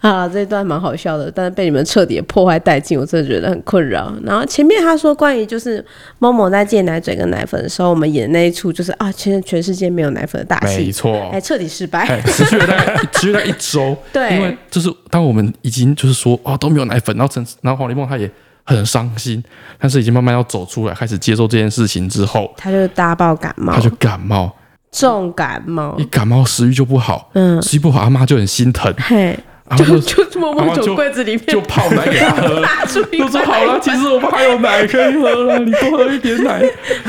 啊，这一段蛮好笑的，但是被你们彻底破坏殆尽，我真的觉得很困扰。然后前面他说关于就是某某在戒奶嘴跟奶粉的时候，我们演的那一出就是啊，全全世界没有奶粉的大戏没，错哎，，彻底失败。哎，持续了大概持续了一周，对因为就是当我们已经就是说哦都没有奶粉，然后陈然后黄丽梦她也很伤心，但是已经慢慢要走出来，开始接受这件事情之后，他就大爆感冒她，就感冒，重感冒一，感冒食欲就不好，嗯食欲不好，她妈就很心疼，嘿，然后就就就默然默后从就柜子里面就泡奶给她 喝，拿出一就说块好了，其实我们还有奶可以喝了，你多喝一点奶，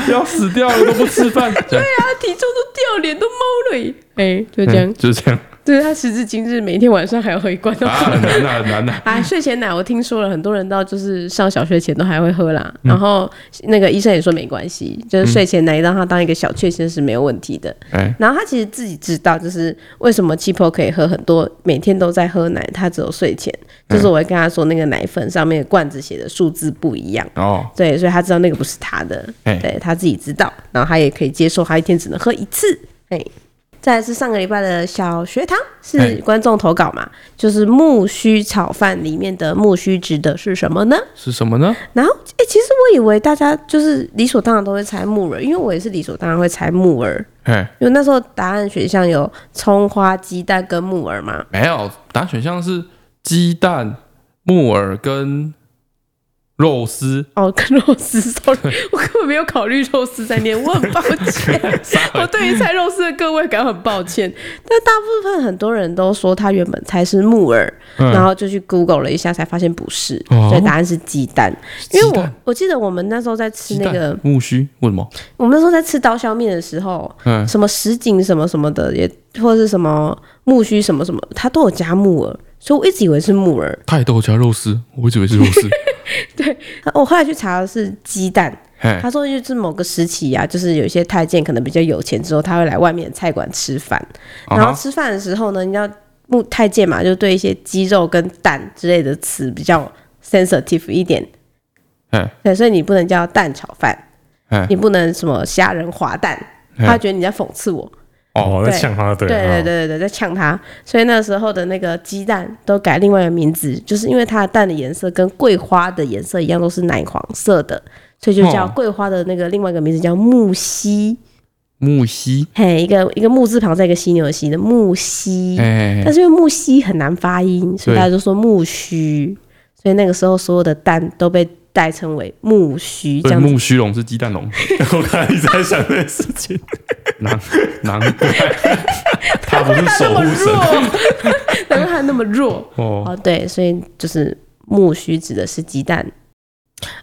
不要死掉了都不吃饭。 对对啊，体重都掉，脸都猫了耶，哎，就这样。嗯就是这样对他时至今日，每天晚上还要喝一罐都啊，很难啊，很难啊。啊，睡前奶我听说了很多人到就是上小学前都还会喝啦，嗯然后那个医生也说没关系，就是睡前奶让他当一个小确幸是没有问题的。哎，然后他其实自己知道，就是为什么气泡可以喝很多，每天都在喝奶，他只有睡前，嗯就是我会跟他说那个奶粉上面的罐子写的数字不一样。哦，对，所以他知道那个不是他的，哎对他自己知道，然后他也可以接受，他一天只能喝一次，哎。再来是上个礼拜的小学堂，哎是观众投稿嘛？就是木须炒饭里面的木须指的是什么呢？是什么呢？然后，哎、其实我以为大家就是理所当然都会猜木耳，因为我也是理所当然会猜木耳，哎，因为那时候答案选项有葱花、鸡蛋跟木耳嘛。没有，答案选项是鸡蛋、木耳跟肉丝。哦，跟肉丝，sorry，我根本没有考虑肉丝在念，我很抱 歉，我对于猜肉丝的各位感到很抱歉。但大部分很多人都说他原本猜是木耳，嗯然后就去 Google 了一下，才发现不是，哦所以答案是鸡蛋。因为鸡我蛋我记得我们那时候在吃鸡那蛋个，木须，为什么？我们那时候在吃刀削面的时候，嗯，什么什锦什么什么的，也或者是什么木须什么什么，它都有加木耳，所以我一直以为是木耳。太豆加肉丝，我一直以为是肉 丝。啊我后来去查的是鸡蛋。哎，他说就是某个时期啊，就是有一些太监可能比较有钱之后，他会来外面的菜馆吃饭，啊哈然后吃饭的时候呢，你知道木太监嘛，就对一些鸡肉跟蛋之类的词比较 sensitive 一点，哎对，所以你不能叫蛋炒 饭，哎，你不能什么虾仁滑蛋，嗯他觉得你在讽刺我，哦，在呛他，对哦对啊对对对，对对，在呛他，所以那时候的那个鸡蛋都改另外一个名字，就是因为它的蛋的颜色跟桂花的颜色一样，都是奶黄色的，所以就叫哦桂花的那个另外一个名字叫木樨。木樨，嘿，一个一个木字旁，再一个犀牛的犀的木樨，哎、但是因为木樨很难发音，所以对大家就说木须，所以那个时候所有的蛋都被代称为木须，所这以样子木须龙是鸡蛋龙，我刚才一直在想这件事情，难 难怪他不是守护神， 难怪它那么弱。哦，哦，对，所以就是木须指的是鸡蛋。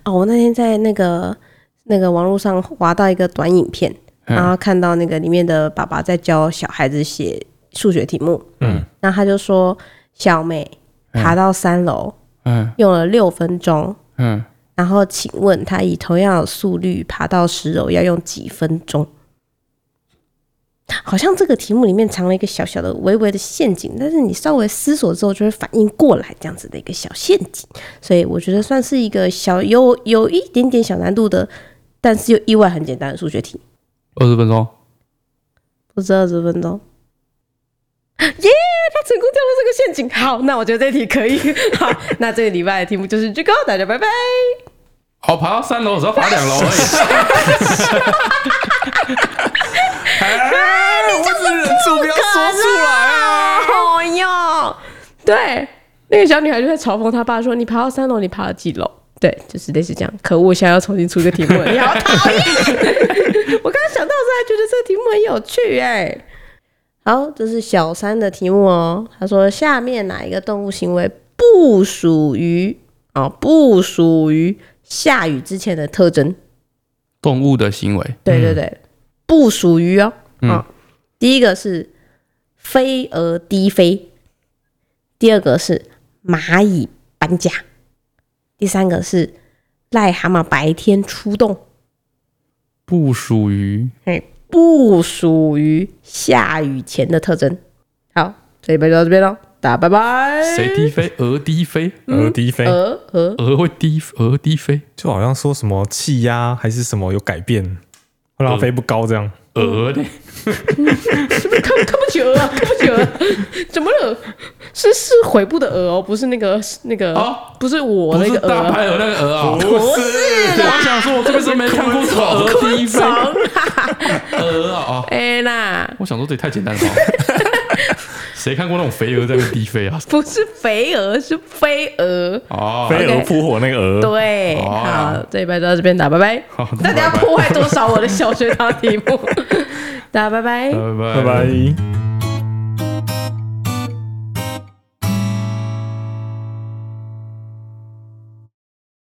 哦，我那天在那个那个网络上划到一个短影片，嗯然后看到那个里面的爸爸在教小孩子写数学题目，嗯，那他就说小美爬到三楼嗯用了六分钟，嗯，然后请问她以同样的速率爬到十楼要用几分钟？好像这个题目里面藏了一个小小的、微微的陷阱，但是你稍微思索之后就会反应过来，这样子的一个小陷阱，所以我觉得算是一个小有有一点点小难度的，但是又意外很简单的数学题，二十分钟，不止二十分钟。耶、他成功掉入这个陷阱。好，那我觉得这题可以。好，那这个礼拜的题目就是这个，大家拜拜。好，爬到三楼只要爬两楼而 已。哎，我只忍住不要说出来啊！哎呦，对，那个小女孩就在嘲讽她爸说：“你爬到三楼，你爬了几楼？”对，就是类似这样。可恶，我现在要重新出一个题目了，你好讨厌！ 我刚刚想到的时候还觉得这个题目很有趣哎、好，这是小三的题目哦。他说：“下面哪一个动物行为不属于哦，不属于下雨之前的特征？”动物的行为，对对对，不属于哦。嗯啊，第一个是飞蛾低飞，第二个是蚂蚁搬家，第三个是癞蛤蟆白天出动，不属于哎，不属于下雨前的特征。好，这一杯就到这边喽，大家拜拜。谁低飞，鹅低飞，鹅低飞，鹅鹅鹅会低，鹅低飞，就好像说什么气压还是什么有改变，会让它飞不高这样。哦鹅 呢？看看不起鹅啊，看不起鹅，怎么了？是是悔部的鹅哦，不是那个那个，哦不是我不那是个鹅大啊。白鹅那个鹅啊。是，我想说，我这辈子没看过什么鹅低飞虫啦，鹅啊啊！哎啦，我想说这也太简单了哦 吧，谁看过那种肥鹅在那边低飞啊？不是肥鹅，是飞蛾。哦，飞蛾扑火那个蛾，对，哦好，这一拜就到这边打，拜拜。好啊大家拜拜 破坏多少我的小学堂题目？大家拜拜。拜拜拜拜。